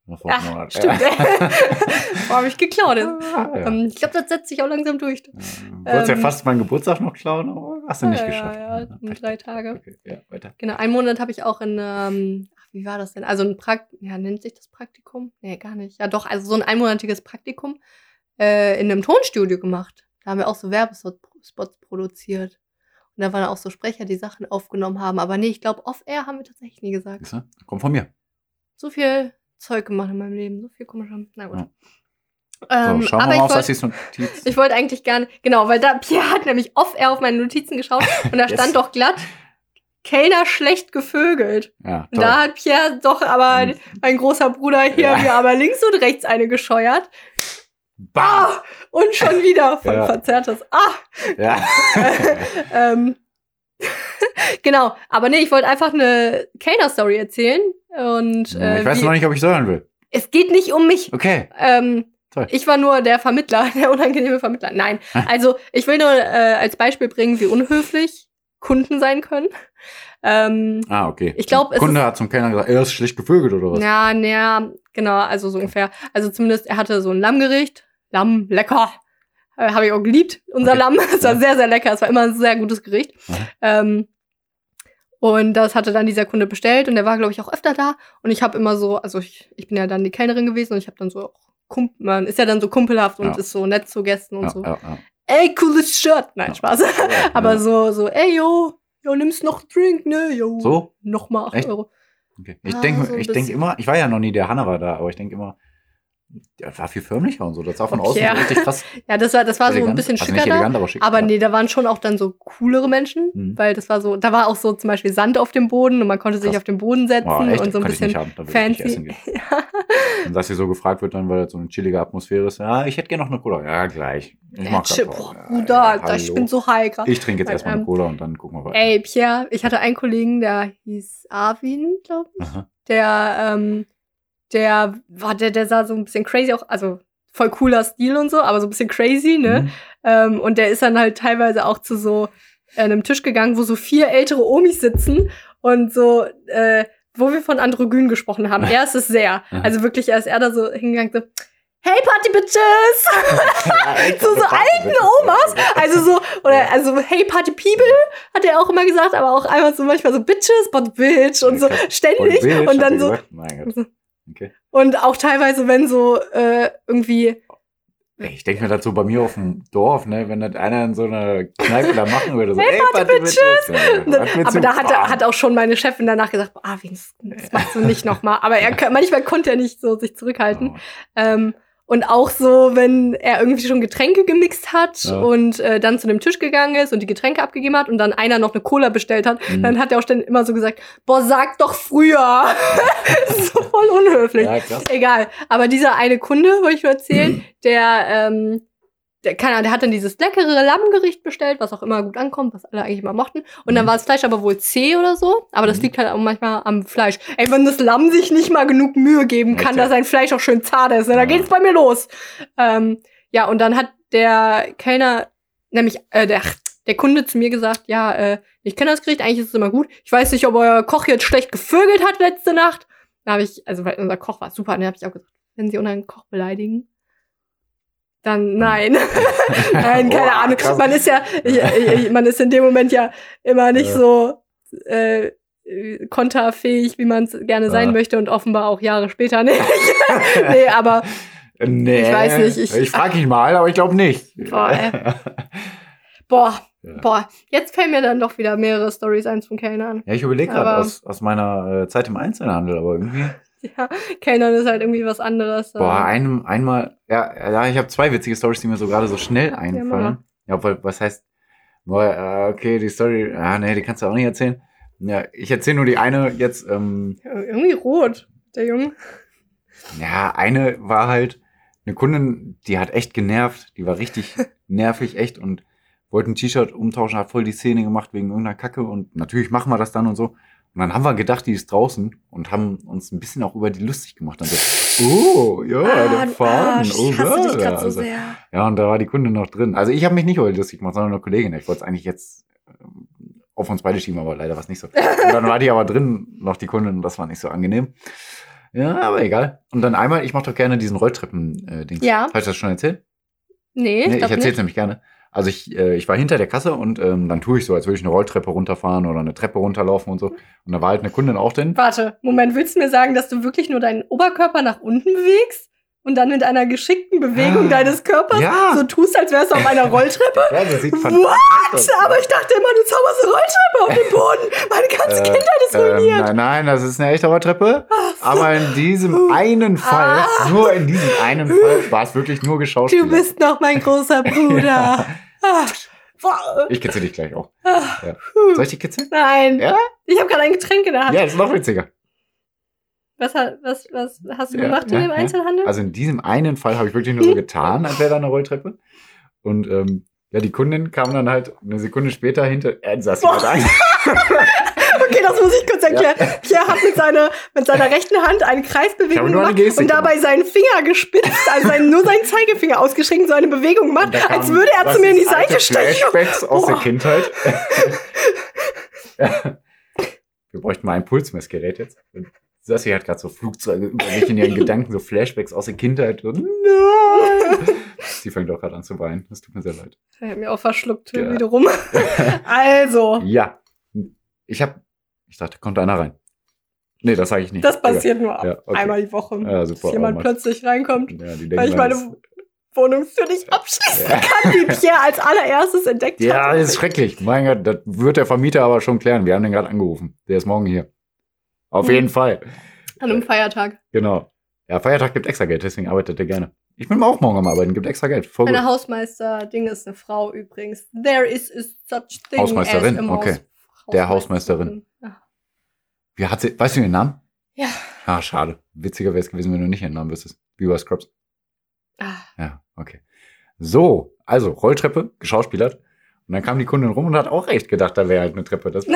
Speaker 3: Das war ein
Speaker 1: Ach,
Speaker 3: Monat. [LAUGHS]
Speaker 1: stimmt. [LAUGHS] Boah, habe ich geklaut. jetzt.
Speaker 3: Ah, ja.
Speaker 1: Ähm, ich glaube, das setzt sich auch langsam durch.
Speaker 3: Du wolltest ja
Speaker 1: Ähm,
Speaker 3: fast meinen Geburtstag noch klauen, aber hast du nicht
Speaker 1: ja,
Speaker 3: geschafft.
Speaker 1: Ja, ja, nur
Speaker 3: Pech.
Speaker 1: drei Tage.
Speaker 3: Okay, ja, weiter.
Speaker 1: Genau, einen Monat habe ich auch in, ähm, ach, wie war das denn? Also ein Praktikum, ja, nennt sich das Praktikum? Nee, gar nicht. Ja, doch, also so ein einmonatiges Praktikum äh, in einem Tonstudio gemacht. Da haben wir auch so Werbespots produziert. Und da waren auch so Sprecher, die Sachen aufgenommen haben. Aber nee, ich glaube, off-air haben wir tatsächlich nie gesagt.
Speaker 3: Siehst du? Kommt von mir.
Speaker 1: so viel Zeug gemacht in meinem Leben, so viel komischer. Na gut.
Speaker 3: Ja. So,
Speaker 1: Ähm,
Speaker 3: schauen
Speaker 1: aber
Speaker 3: wir mal
Speaker 1: ich
Speaker 3: auf
Speaker 1: wollte
Speaker 3: Sassis Notiz.
Speaker 1: ich wollte eigentlich gerne, genau, weil da Pierre hat nämlich off-air auf meine Notizen geschaut und da
Speaker 3: [LAUGHS] Yes.
Speaker 1: stand doch glatt Kellner schlecht gevögelt.
Speaker 3: Ja,
Speaker 1: Und da
Speaker 3: toll.
Speaker 1: hat Pierre doch aber
Speaker 3: Mhm.
Speaker 1: mein großer Bruder hier
Speaker 3: Ja.
Speaker 1: mir aber links und rechts eine gescheuert.
Speaker 3: Bam!
Speaker 1: Ah, und
Speaker 3: [LAUGHS]
Speaker 1: schon wieder von
Speaker 3: Ja.
Speaker 1: verzerrtes. Ah,
Speaker 3: Ja.
Speaker 1: ähm, [LAUGHS] genau. Aber nee, ich wollte einfach eine Kellner-Story erzählen und äh,
Speaker 3: ich weiß
Speaker 1: wie,
Speaker 3: noch nicht, ob ich sollen will.
Speaker 1: es geht nicht um mich.
Speaker 3: Okay.
Speaker 1: Ähm,
Speaker 3: Toll. Ah.
Speaker 1: ich war nur der Vermittler, [LAUGHS] der unangenehme Vermittler. Nein, also ich will nur äh, als Beispiel bringen, wie unhöflich Kunden sein können. Ähm,
Speaker 3: Ah, okay.
Speaker 1: Ich glaub, es
Speaker 3: Der Kunde hat zum Kellner gesagt, er ist schlecht gevögelt oder was?
Speaker 1: ja, naja, genau, also so ungefähr. Also zumindest, er hatte so ein Lammgericht. Lamm, lecker. Äh, Habe ich auch geliebt, unser
Speaker 3: Okay.
Speaker 1: Lamm. [LAUGHS] Es war
Speaker 3: Ja.
Speaker 1: sehr, sehr lecker. Es war immer ein sehr gutes Gericht.
Speaker 3: Mhm.
Speaker 1: Ähm, und das hatte dann dieser Kunde bestellt und der war, glaube ich, auch öfter da. Und ich habe immer so, also ich, ich bin ja dann die Kellnerin gewesen und ich habe dann so auch, Kump man ist ja dann so kumpelhaft und
Speaker 3: Ja.
Speaker 1: ist so nett zu Gästen und
Speaker 3: ja,
Speaker 1: so.
Speaker 3: ja, ja.
Speaker 1: Ey, cooles Shirt. Nein,
Speaker 3: Ja.
Speaker 1: Spaß.
Speaker 3: Ja.
Speaker 1: [LAUGHS] Aber so, so, ey, yo, yo, nimmst noch einen Drink, ne, yo.
Speaker 3: So?
Speaker 1: Nochmal 8
Speaker 3: Echt?
Speaker 1: Euro.
Speaker 3: Okay. Ich
Speaker 1: Ah,
Speaker 3: denke
Speaker 1: so ein
Speaker 3: ich denk
Speaker 1: bisschen.
Speaker 3: immer, ich war ja noch nie, der Hanna war da, aber ich denke immer, der war viel förmlicher und so. Das sah von
Speaker 1: Okay,
Speaker 3: außen
Speaker 1: ja.
Speaker 3: richtig krass.
Speaker 1: Ja, das war, das war so ein
Speaker 3: elegant.
Speaker 1: bisschen
Speaker 3: also
Speaker 1: schicker
Speaker 3: nicht
Speaker 1: da.
Speaker 3: elegant, aber schick.
Speaker 1: Aber
Speaker 3: ja.
Speaker 1: nee, da waren schon auch dann so coolere Menschen,
Speaker 3: Mhm.
Speaker 1: weil das war so, da war auch so zum Beispiel Sand auf dem Boden und man konnte sich
Speaker 3: Krass.
Speaker 1: auf den Boden setzen
Speaker 3: Boah, echt?
Speaker 1: und so ein
Speaker 3: Kann ich nicht
Speaker 1: bisschen.
Speaker 3: haben. Da will ich nicht
Speaker 1: fancy.
Speaker 3: essen gehen.
Speaker 1: [LAUGHS] Ja.
Speaker 3: Und dass sie so gefragt wird, dann, weil das so eine chillige Atmosphäre ist. Ja, ich hätte gerne noch eine Cola. Ja, gleich. Ich
Speaker 1: Ja,
Speaker 3: mag
Speaker 1: chill,
Speaker 3: das auch.
Speaker 1: boah,
Speaker 3: Ja,
Speaker 1: Bruder,
Speaker 3: ja,
Speaker 1: Alter, ich
Speaker 3: hallo.
Speaker 1: bin so high gerade.
Speaker 3: Ich trinke jetzt
Speaker 1: Weil,
Speaker 3: erstmal eine
Speaker 1: ähm,
Speaker 3: Cola und dann gucken wir weiter.
Speaker 1: Ey, Pierre, ich hatte einen Kollegen, der hieß Arvin, glaube ich.
Speaker 3: Aha.
Speaker 1: Der, ähm, der war, der, der sah so ein bisschen crazy auch, also voll cooler Stil und so, aber so ein bisschen crazy, ne? [LAUGHS]
Speaker 3: Mhm.
Speaker 1: Ähm, und der ist dann halt teilweise auch zu so äh, einem Tisch gegangen, wo so vier ältere Omis sitzen und so, äh, wo wir von Androgyn gesprochen
Speaker 3: [LAUGHS]
Speaker 1: haben. Er ist es sehr.
Speaker 3: Ja.
Speaker 1: Also wirklich, er ist er da so hingegangen, so, hey Party Bitches! [LAUGHS]
Speaker 3: Alter,
Speaker 1: so- so
Speaker 3: das war's.
Speaker 1: alten Omas. Also so, oder also hey Party People, hat er auch immer gesagt, aber auch einmal so manchmal so Bitches, but Bitch und so
Speaker 3: Ja, krass. Und
Speaker 1: ständig.
Speaker 3: Bitch,
Speaker 1: Und
Speaker 3: hat er
Speaker 1: dann so,
Speaker 3: gesagt. Mein Gott. Okay.
Speaker 1: und auch teilweise, wenn so äh, irgendwie,
Speaker 3: Ey, Ich denke mir dazu bei mir auf dem Dorf, ne, wenn das einer in so einer Kneipe da machen
Speaker 1: [LAUGHS]
Speaker 3: würde, so, ey, Party Bitches. Ja, was willst
Speaker 1: aber
Speaker 3: du?
Speaker 1: da hat, er,
Speaker 3: Bam.
Speaker 1: hat auch schon meine Chefin danach gesagt, ah, wenigstens, das machst du nicht nochmal. Aber er kann- manchmal konnte er nicht so sich
Speaker 3: Ah.
Speaker 1: zurückhalten. Ähm, und auch so, wenn er irgendwie schon Getränke gemixt hat
Speaker 3: Ja.
Speaker 1: und äh, dann zu dem Tisch gegangen ist und die Getränke abgegeben hat und dann einer noch eine Cola bestellt hat,
Speaker 3: Mhm.
Speaker 1: dann hat er auch dann immer so gesagt, boah, sag doch früher. [LAUGHS] so voll unhöflich.
Speaker 3: Ja, krass. Mhm.
Speaker 1: Egal. Aber dieser eine Kunde, wollte ich nur erzählen, der, ähm, der, keine Ahnung, der hat dann dieses leckere Lammgericht bestellt, was auch immer gut ankommt, was alle eigentlich immer mochten. Und dann
Speaker 3: Mhm.
Speaker 1: war das Fleisch aber wohl zäh oder so. Aber das
Speaker 3: Mhm.
Speaker 1: liegt halt auch manchmal am Fleisch. Ey, wenn das Lamm sich nicht mal genug Mühe geben kann,
Speaker 3: Echt, ja.
Speaker 1: dass sein Fleisch auch schön zart ist, ne, dann
Speaker 3: Ja.
Speaker 1: geht's bei mir los. Ähm, ja, und dann hat der Kellner, nämlich äh, der, der Kunde zu mir gesagt, ja, äh, ich kenne das Gericht, eigentlich ist es immer gut. Ich weiß nicht, ob euer Koch jetzt schlecht gevögelt hat letzte Nacht. Da habe ich, also weil unser Koch war super, und da habe ich auch gesagt, wenn sie unseren Koch beleidigen, dann nein. [LAUGHS]
Speaker 3: [LAUGHS]
Speaker 1: [LAUGHS] Nein, keine
Speaker 3: Boah,
Speaker 1: Ahnung.
Speaker 3: Oh, ah, krass.
Speaker 1: Man ist
Speaker 3: [LAUGHS]
Speaker 1: ja, ich, ich, man ist in dem Moment ja immer nicht
Speaker 3: Ja.
Speaker 1: so äh, äh, konterfähig, wie man es gerne sein
Speaker 3: Ja.
Speaker 1: möchte und offenbar auch Jahre später nicht. [LAUGHS] nee, aber
Speaker 3: Ähm, nee,
Speaker 1: Ich weiß nicht, ich-
Speaker 3: Ich, frage ihn mal, aber ich glaube nicht.
Speaker 1: Boah, ey. boah,
Speaker 3: Ja.
Speaker 1: boah, jetzt fällen mir dann doch wieder mehrere Stories ein von Kellnern.
Speaker 3: [LAUGHS] Ja, ich überlege gerade
Speaker 1: Aber-
Speaker 3: aus, aus meiner äh, Zeit im Einzelhandel, aber irgendwie.
Speaker 1: Ja, Kellnern ist halt irgendwie was anderes. äh.
Speaker 3: Boah, einem, einmal, ja, ja ich habe zwei witzige Stories, die mir so gerade so schnell einfallen.
Speaker 1: mal.
Speaker 3: Ja, obwohl, was heißt, boah, äh, okay, die Story, ah, nee, die kannst du auch nicht erzählen. Ja, ich erzähle nur die eine jetzt, ähm,
Speaker 1: Ir- irgendwie rot, der Junge.
Speaker 3: ja, eine war halt eine Kundin, die hat echt genervt, die
Speaker 1: [LAUGHS]
Speaker 3: war richtig nervig, echt und wollte ein T-Shirt umtauschen, hat voll die Szene gemacht wegen irgendeiner Kacke und natürlich machen wir das dann und so. Und dann haben wir gedacht, die ist draußen und haben uns ein bisschen auch über die lustig gemacht. Und so, oh, ja, der
Speaker 1: du
Speaker 3: Faden,
Speaker 1: Ah, Arsch,
Speaker 3: oh,
Speaker 1: ich hasse dich
Speaker 3: ja,
Speaker 1: gerade so
Speaker 3: also-
Speaker 1: sehr.
Speaker 3: Ja, und da war die Kunde noch drin. Also ich habe mich nicht heute lustig gemacht, sondern eine Kollegin. Ich wollte es eigentlich jetzt ähm, auf uns beide schieben, aber leider war
Speaker 1: [LAUGHS]
Speaker 3: es nicht so. Und dann war die aber drin, noch die Kundin, und das war nicht so angenehm. Ja, aber egal. Und dann einmal, ich mache doch gerne diesen Rolltreppen-Ding.
Speaker 1: Ja.
Speaker 3: Habe ich das schon erzählt?
Speaker 1: Nee, ich
Speaker 3: Nee, ich
Speaker 1: glaub
Speaker 3: erzähle es
Speaker 1: nicht.
Speaker 3: nämlich gerne. Also ich, äh, ich war hinter der Kasse und ähm, dann tue ich so, als würde ich eine Rolltreppe runterfahren oder eine Treppe runterlaufen und so. Und da war halt eine Kundin auch drin.
Speaker 1: Warte, Moment, willst du mir sagen, dass du wirklich nur deinen Oberkörper nach unten bewegst und dann mit einer geschickten Bewegung
Speaker 3: Ja.
Speaker 1: deines Körpers
Speaker 3: Ah. Ja.
Speaker 1: so tust, als wärst du auf
Speaker 3: [LAUGHS]
Speaker 1: einer Rolltreppe?
Speaker 3: Ja, das sieht
Speaker 1: What?
Speaker 3: fantastisch aus.
Speaker 1: Aber ich dachte immer, du zauberst eine Rolltreppe auf den Boden. Meine ganze
Speaker 3: Äh,
Speaker 1: Kindheit ist
Speaker 3: Ähm,
Speaker 1: ruiniert.
Speaker 3: nein, nein, das ist eine echte Rolltreppe.
Speaker 1: Ah,
Speaker 3: Aber in diesem einen Fall, nur in diesem einen Fall, war es wirklich nur geschauspielt.
Speaker 1: du bist noch mein
Speaker 3: [LAUGHS]
Speaker 1: großer Bruder. Ah, boah,
Speaker 3: Ich kitzel dich gleich auch.
Speaker 1: ah,
Speaker 3: Ja.
Speaker 1: puh.
Speaker 3: Soll ich dich kitzeln?
Speaker 1: Nein.
Speaker 3: Ja?
Speaker 1: Ich habe gerade ein Getränk in der Hand.
Speaker 3: Ja, das ist noch witziger.
Speaker 1: Was, ha- was, was hast du
Speaker 3: Ja,
Speaker 1: gemacht
Speaker 3: ja,
Speaker 1: in dem
Speaker 3: ja.
Speaker 1: Einzelhandel?
Speaker 3: Also in diesem einen Fall habe ich wirklich nur so getan, als wäre da eine Rolltreppe. Und ähm, ja, die Kundin kam dann halt eine Sekunde später hinter. Äh, saß
Speaker 1: Boah.
Speaker 3: jemand ein.
Speaker 1: Okay, das muss ich kurz erklären. Pierre hat mit seiner, mit seiner rechten Hand einen Kreis
Speaker 3: Ich habe
Speaker 1: bewegen
Speaker 3: nur eine
Speaker 1: gemacht
Speaker 3: Gestik
Speaker 1: und dabei seinen Finger gespitzt, also seinen, nur seinen Zeigefinger ausgeschickt, so eine Bewegung
Speaker 3: Und
Speaker 1: gemacht,
Speaker 3: da kam
Speaker 1: als würde er
Speaker 3: das
Speaker 1: zu mir in die
Speaker 3: ist alte
Speaker 1: Seite stechen.
Speaker 3: Flashbacks aus der
Speaker 1: Boah. [LAUGHS]
Speaker 3: Kindheit. [LAUGHS] Wir bräuchten mal ein Pulsmessgerät jetzt. Und Sassi hat gerade so Flugzeuge über sich in ihren Gedanken, so Flashbacks aus der Kindheit.
Speaker 1: [LAUGHS]
Speaker 3: Und nein! Sie fängt auch gerade an zu weinen. Das tut mir sehr leid.
Speaker 1: Er hat mir auch verschluckt,
Speaker 3: Ja.
Speaker 1: wiederum. Also,
Speaker 3: Ja. Ich hab. Ich dachte, kommt einer rein. Nee, das sage ich nicht.
Speaker 1: das passiert nur
Speaker 3: Ja, okay.
Speaker 1: einmal die Woche,
Speaker 3: Ja, super, oh
Speaker 1: dass jemand
Speaker 3: auch mal.
Speaker 1: plötzlich reinkommt,
Speaker 3: Ja, die
Speaker 1: weil
Speaker 3: denken
Speaker 1: ich
Speaker 3: dann,
Speaker 1: meine Wohnungstür nicht abschließen
Speaker 3: Ja.
Speaker 1: kann, wie Pierre als allererstes entdeckt
Speaker 3: Ja,
Speaker 1: hat.
Speaker 3: das ist schrecklich. Mein Gott, das wird der Vermieter aber schon klären. Wir haben den gerade angerufen. Der ist morgen hier. Auf
Speaker 1: Hm.
Speaker 3: jeden Fall.
Speaker 1: An einem Feiertag.
Speaker 3: Genau. Ja, Feiertag gibt extra Geld, deswegen arbeitet er gerne. Ich bin auch morgen am Arbeiten, gibt extra Geld. Voll
Speaker 1: Meine
Speaker 3: gut.
Speaker 1: Hausmeister-Ding ist eine Frau übrigens. There is a such thing
Speaker 3: Hausmeisterin,
Speaker 1: as a
Speaker 3: okay.
Speaker 1: Haus-
Speaker 3: Der Hausmeisterin.
Speaker 1: Ja.
Speaker 3: Wie hat sie, weißt du den Namen?
Speaker 1: Ja.
Speaker 3: Ah, schade. Witziger wäre es gewesen, wenn du nicht ihren Namen wüsstest. Wie bei Scrubs.
Speaker 1: Ah,
Speaker 3: Ja, okay. So, also Rolltreppe, geschauspielert. Und dann kam die Kundin rum und hat auch echt gedacht, da wäre halt eine Treppe. Das
Speaker 1: Ah,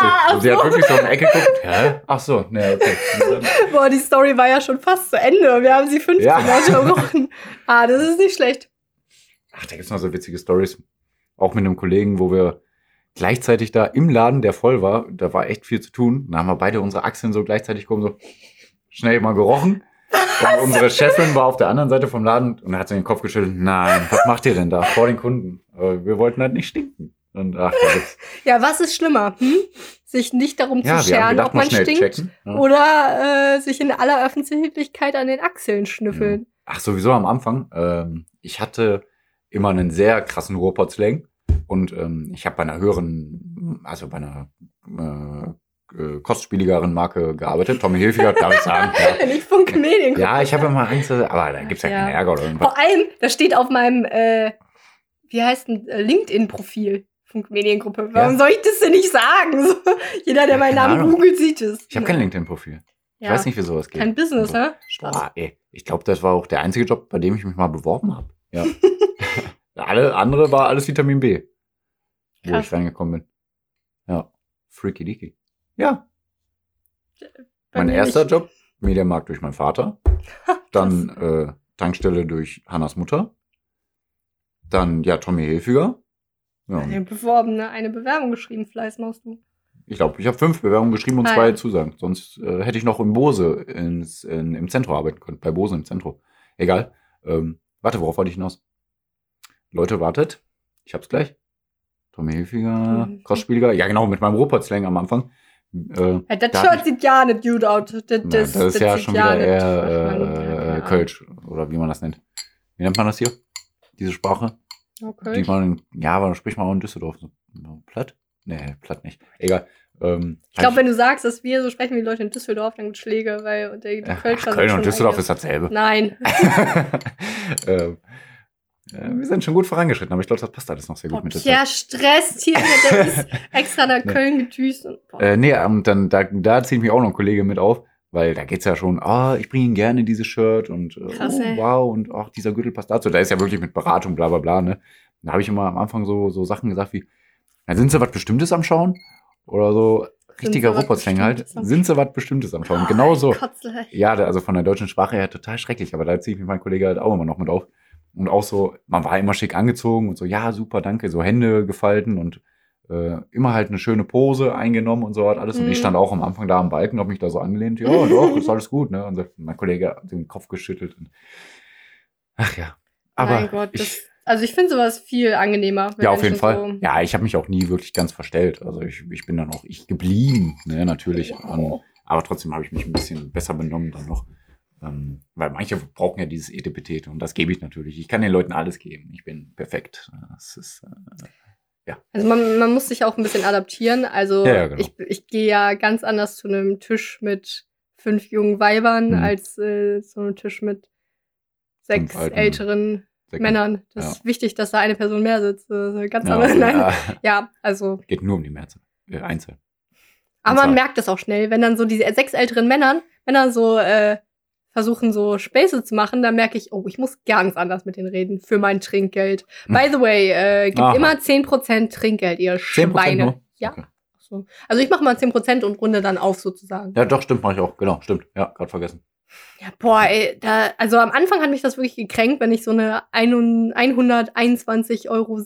Speaker 1: Ach
Speaker 3: und sie
Speaker 1: so.
Speaker 3: hat wirklich so in die Ecke geguckt. Hä? Ach so, ne, okay.
Speaker 1: [LAUGHS] Boah, die Story war ja schon fast zu Ende. Wir haben sie 15
Speaker 3: Ja.
Speaker 1: Mal
Speaker 3: [LAUGHS]
Speaker 1: unterbrochen. Ah, das ist nicht schlecht.
Speaker 3: Ach, da gibt's noch so witzige Stories. Auch mit einem Kollegen, wo wir gleichzeitig da im Laden, der voll war, da war echt viel zu tun. Da haben wir beide unsere Achseln so gleichzeitig gehoben, so schnell mal gerochen.
Speaker 1: [LAUGHS]
Speaker 3: Und unsere Chefin war auf der anderen Seite vom Laden und hat so den Kopf geschüttelt. Nein, was macht ihr denn da vor den Kunden? Aber wir wollten halt nicht stinken. Und ach, da gibt's-
Speaker 1: Ja, was ist schlimmer? Hm? Sich nicht darum
Speaker 3: ja,
Speaker 1: zu
Speaker 3: wir haben
Speaker 1: scheren,
Speaker 3: gedacht,
Speaker 1: ob man
Speaker 3: mal schnell
Speaker 1: stinkt
Speaker 3: checken. ne? Ja.
Speaker 1: oder äh, sich in aller Öffentlichkeit an den Achseln schnüffeln.
Speaker 3: Ach, sowieso am Anfang. Ähm, ich hatte immer einen sehr krassen Ruhrpott-Slang. Und ähm, ich habe bei einer höheren, also bei einer äh, äh, kostspieligeren Marke gearbeitet. Tommy Hilfiger, darf ich sagen.
Speaker 1: [LAUGHS]
Speaker 3: Ja,
Speaker 1: Wenn ich Funke Medien gucke.
Speaker 3: ja ich habe immer Angst, dass- aber da gibt's ja,
Speaker 1: Ja.
Speaker 3: keinen Ärger oder irgendwas.
Speaker 1: Vor allem, das steht auf meinem, äh, wie heißt denn, äh, LinkedIn-Profil. Funke Mediengruppe. Warum
Speaker 3: Ja.
Speaker 1: soll ich das denn nicht sagen? So, [LAUGHS] jeder, der
Speaker 3: Ja,
Speaker 1: meinen
Speaker 3: keine
Speaker 1: Namen
Speaker 3: Ahnung.
Speaker 1: googelt, sieht es.
Speaker 3: Ich habe kein LinkedIn-Profil. Ich
Speaker 1: Ja.
Speaker 3: weiß nicht, wieso das geht. Also,
Speaker 1: Kein Business, ne? [LAUGHS]
Speaker 3: Boah, ey, ich glaube, das war auch der einzige Job, bei dem ich mich mal beworben habe. Ja. Alle andere war alles Vitamin B, wo
Speaker 1: Krass.
Speaker 3: ich reingekommen bin. Ja. Freaky deaky. Ja.
Speaker 1: Bei
Speaker 3: mein
Speaker 1: mir
Speaker 3: erster
Speaker 1: nicht.
Speaker 3: Job, Mediamarkt durch meinen Vater. Dann äh, Tankstelle durch Hannas Mutter. Dann, ja, Tommy Hilfiger. Ja, und
Speaker 1: Eine beworben, ne? Eine Bewerbung geschrieben, Fleiß machst du.
Speaker 3: ich glaube, ich habe fünf Bewerbungen geschrieben und
Speaker 1: Ah,
Speaker 3: zwei
Speaker 1: ja.
Speaker 3: Zusagen. Sonst äh, hätte ich noch in Bose ins, in, im Zentrum arbeiten können. Bei Bose im Zentrum. Egal. Ähm, warte, worauf wollte ich hinaus? Leute, wartet. Ich hab's gleich. Tommy Hilfiger,
Speaker 1: Hilfiger.
Speaker 3: Crossspieliger. Ja, genau, mit meinem Ruhrpott-Slang am Anfang. Äh,
Speaker 1: Ja, das
Speaker 3: Da
Speaker 1: Shirt
Speaker 3: hab ich-
Speaker 1: sieht ja nicht gut aus. Das, das,
Speaker 3: na, das, ist ja
Speaker 1: sieht
Speaker 3: schon wieder
Speaker 1: nicht-
Speaker 3: eher äh,
Speaker 1: Ja.
Speaker 3: Kölsch oder wie man das nennt. Wie nennt man das hier? Diese Sprache?
Speaker 1: Ja,
Speaker 3: Die
Speaker 1: Kölsch.
Speaker 3: man, ja, aber spricht man auch in Düsseldorf. So, so Platt? Nee, platt nicht. Egal. Ähm,
Speaker 1: Ich glaube, wenn du sagst, dass wir so sprechen wie die Leute in Düsseldorf, dann gibt Schläge, weil der
Speaker 3: Ach,
Speaker 1: Kölscher sind
Speaker 3: Köln
Speaker 1: schon
Speaker 3: und Düsseldorf
Speaker 1: einige-
Speaker 3: ist [LAUGHS] dasselbe.
Speaker 1: Nein.
Speaker 3: ähm, äh, wir sind schon gut vorangeschritten, aber ich glaube, das passt alles noch sehr gut
Speaker 1: Oh,
Speaker 3: mit der Zeit.
Speaker 1: Pierre stresst hier,
Speaker 3: [LAUGHS]
Speaker 1: der ist extra nach
Speaker 3: Nee.
Speaker 1: Köln gedüst. Und, boah.
Speaker 3: Äh, nee, und dann, da, da zieht mich auch noch ein Kollege mit auf, weil da geht's ja schon, ah, ich bringe Ihnen gerne dieses Shirt und äh,
Speaker 1: Krass,
Speaker 3: oh,
Speaker 1: ey.
Speaker 3: wow, und auch dieser Gürtel passt dazu. Da ist ja wirklich mit Beratung, bla bla bla, ne? Da habe ich immer am Anfang so, so Sachen gesagt wie, na, sind sie was Bestimmtes am Schauen? Oder so, richtiger
Speaker 1: Sie was
Speaker 3: Robotslang halt,
Speaker 1: Bestimmtes am
Speaker 3: sind sie was Bestimmtes am Schauen? Genau so.
Speaker 1: Kotzle.
Speaker 3: Ja, da- also von der deutschen Sprache her total schrecklich, aber da ziehe ich mich mein Kollege halt auch immer noch mit auf. Und auch so, man war immer schick angezogen und so, ja, super, danke, so Hände gefalten und äh, immer halt eine schöne Pose eingenommen und so hat alles. Und
Speaker 1: Mhm.
Speaker 3: ich stand auch am Anfang da am Balken, hab mich da so
Speaker 1: [LAUGHS]
Speaker 3: angelehnt, ja, doch, ist alles gut, ne? Und so, mein Kollege hat den Kopf geschüttelt. Und, ach ja. Aber
Speaker 1: Mein Gott,
Speaker 3: ich,
Speaker 1: das, also ich finde sowas viel angenehmer. wenn
Speaker 3: ja, auf jeden
Speaker 1: Menschen
Speaker 3: Fall.
Speaker 1: So,
Speaker 3: Ja, ich habe mich auch nie wirklich ganz verstellt. Also ich, ich bin dann auch ich geblieben, ne, natürlich. Und
Speaker 1: Wow.
Speaker 3: aber trotzdem habe ich mich ein bisschen besser benommen dann noch. Ähm, weil manche brauchen ja dieses Etepetete und das gebe ich natürlich. Ich kann den Leuten alles geben. Ich bin perfekt. Das ist, äh,
Speaker 1: Also man, man muss sich auch ein bisschen adaptieren. Also
Speaker 3: Ja, ja, genau.
Speaker 1: ich, ich gehe ja ganz anders zu einem Tisch mit fünf jungen Weibern
Speaker 3: Mhm.
Speaker 1: als äh, zu einem Tisch mit sechs
Speaker 3: Fünf alten
Speaker 1: älteren
Speaker 3: sehr
Speaker 1: Männern. Das
Speaker 3: Ja.
Speaker 1: ist wichtig, dass da eine Person mehr sitzt. Das ist eine ganz
Speaker 3: gut. Ja,
Speaker 1: andere. Nein. Ja.
Speaker 3: ja,
Speaker 1: also.
Speaker 3: geht nur um die Mehrzahl. Äh, Einzel.
Speaker 1: Aber man
Speaker 3: Anzahl.
Speaker 1: merkt es auch schnell, wenn dann so diese sechs älteren Männern, Männer so äh, versuchen, so Späße zu machen, dann merke ich, oh, ich muss ganz anders mit denen reden für mein Trinkgeld.
Speaker 3: Hm.
Speaker 1: By the way, äh, gibt
Speaker 3: Aha.
Speaker 1: immer 10% Trinkgeld, ihr
Speaker 3: 10%
Speaker 1: Schweine.
Speaker 3: nur?
Speaker 1: Ja.
Speaker 3: Okay.
Speaker 1: So. Also ich mache mal 10% und runde dann auf sozusagen. Ja,
Speaker 3: Ja, doch, stimmt, mache ich auch. Genau, stimmt. Ja, gerade vergessen.
Speaker 1: boah, ey, da, also am Anfang hat mich das wirklich gekränkt, wenn ich so eine 121,70 Euro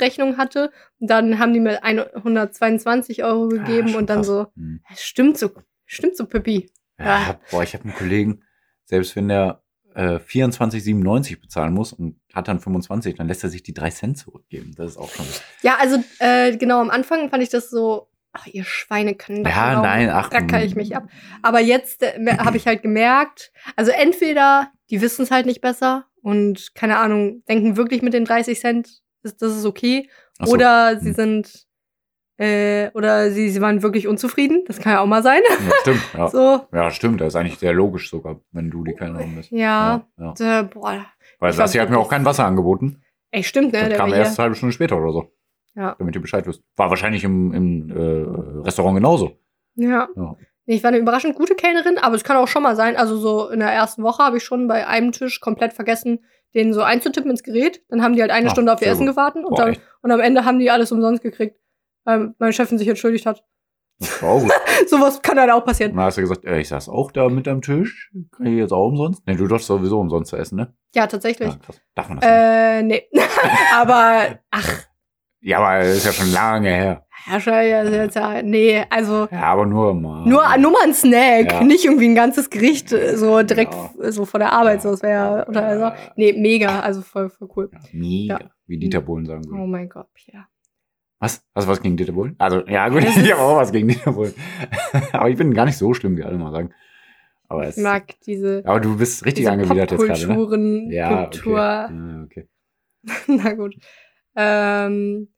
Speaker 1: Rechnung hatte. Und dann haben die mir 122 Euro gegeben
Speaker 3: Ja, Ah, schon
Speaker 1: und dann
Speaker 3: krass.
Speaker 1: so,
Speaker 3: Hm.
Speaker 1: "Das stimmt so, stimmt so, Pippi.
Speaker 3: Ja,
Speaker 1: Ja.
Speaker 3: ich hab- boah, ich habe einen Kollegen, selbst wenn der äh, 24,97 bezahlen muss und hat dann 25, dann lässt er sich die drei Cent zurückgeben. Das ist auch schon.
Speaker 1: Ja, also äh, genau, am Anfang fand ich das so, ach, ihr Schweine können doch
Speaker 3: Ja,
Speaker 1: genau.
Speaker 3: nein, ach. mm.
Speaker 1: racker ich mich ab. Aber jetzt äh, habe ich halt gemerkt, also entweder die wissen es halt nicht besser und keine Ahnung, denken wirklich mit den 30 Cent, das, das ist okay.
Speaker 3: Ach so.
Speaker 1: Oder sie
Speaker 3: Hm.
Speaker 1: sind, äh, oder sie, sie waren wirklich unzufrieden, das kann ja auch mal sein.
Speaker 3: Ja,
Speaker 1: [LAUGHS]
Speaker 3: stimmt. Ja.
Speaker 1: So,
Speaker 3: Ja, stimmt. Das ist eigentlich sehr logisch sogar, wenn du die keine Ahnung bist.
Speaker 1: ja.
Speaker 3: ja, ja.
Speaker 1: Äh, boah,
Speaker 3: Weil
Speaker 1: Ich glaub,
Speaker 3: Sassi hat mir auch kein Wasser angeboten.
Speaker 1: ey, stimmt, ne?
Speaker 3: das
Speaker 1: der
Speaker 3: kam
Speaker 1: war
Speaker 3: erst
Speaker 1: hier.
Speaker 3: eine halbe Stunde später oder so.
Speaker 1: Ja.
Speaker 3: Damit ihr Bescheid wisst. War wahrscheinlich im, im äh, Restaurant genauso.
Speaker 1: Ja.
Speaker 3: Ja.
Speaker 1: Nee, Ich war eine überraschend gute Kellnerin, aber es kann auch schon mal sein. Also so in der ersten Woche habe ich schon bei einem Tisch komplett vergessen, den so einzutippen ins Gerät. Dann haben die halt eine
Speaker 3: Ah,
Speaker 1: Stunde auf ihr
Speaker 3: sehr
Speaker 1: Essen
Speaker 3: gut.
Speaker 1: gewartet und
Speaker 3: Boah,
Speaker 1: dann
Speaker 3: echt.
Speaker 1: Und am Ende haben die alles umsonst gekriegt, weil mein Chefin sich entschuldigt hat. [LAUGHS]
Speaker 3: Das war auch gut.
Speaker 1: Sowas kann dann auch
Speaker 3: Und
Speaker 1: passieren.
Speaker 3: dann hast du gesagt, äh, ich saß auch da mit am Tisch. Kann ich jetzt auch umsonst? Nee, du darfst sowieso umsonst zu essen, ne?
Speaker 1: Ja,
Speaker 3: Ja,
Speaker 1: tatsächlich.
Speaker 3: krass. Darf man das nicht?
Speaker 1: Äh, nee. [LAUGHS] Aber, ach,
Speaker 3: Ja, aber das ist ja schon lange her.
Speaker 1: Herr Scheier, das ist jetzt ja, nee, also
Speaker 3: Ja, aber nur mal.
Speaker 1: nur, nur mal ein Snack,
Speaker 3: Ah, Ja.
Speaker 1: nicht irgendwie ein ganzes Gericht äh, so direkt
Speaker 3: Ja.
Speaker 1: f- so vor der Arbeit, so das wäre ja, oder also, nee, mega, also voll, voll cool.
Speaker 3: Ja, mega. Wie Dieter Bohlen sagen würde.
Speaker 1: Oh mein Gott, Pierre.
Speaker 3: Was? Hast du was gegen Dieter Bohlen? Also, ja, gut,
Speaker 1: Das
Speaker 3: [LAUGHS] ich
Speaker 1: ist-
Speaker 3: habe auch was gegen Dieter Bohlen. [LAUGHS] aber ich bin gar nicht so schlimm, wie alle mal sagen. Aber, es,
Speaker 1: Ich mag diese,
Speaker 3: aber du bist richtig
Speaker 1: diese
Speaker 3: angewidert jetzt gerade, ne?
Speaker 1: Popkulturen,
Speaker 3: Ja, okay.
Speaker 1: Kultur.
Speaker 3: Ja, okay.
Speaker 1: [LAUGHS] Na gut. Ähm,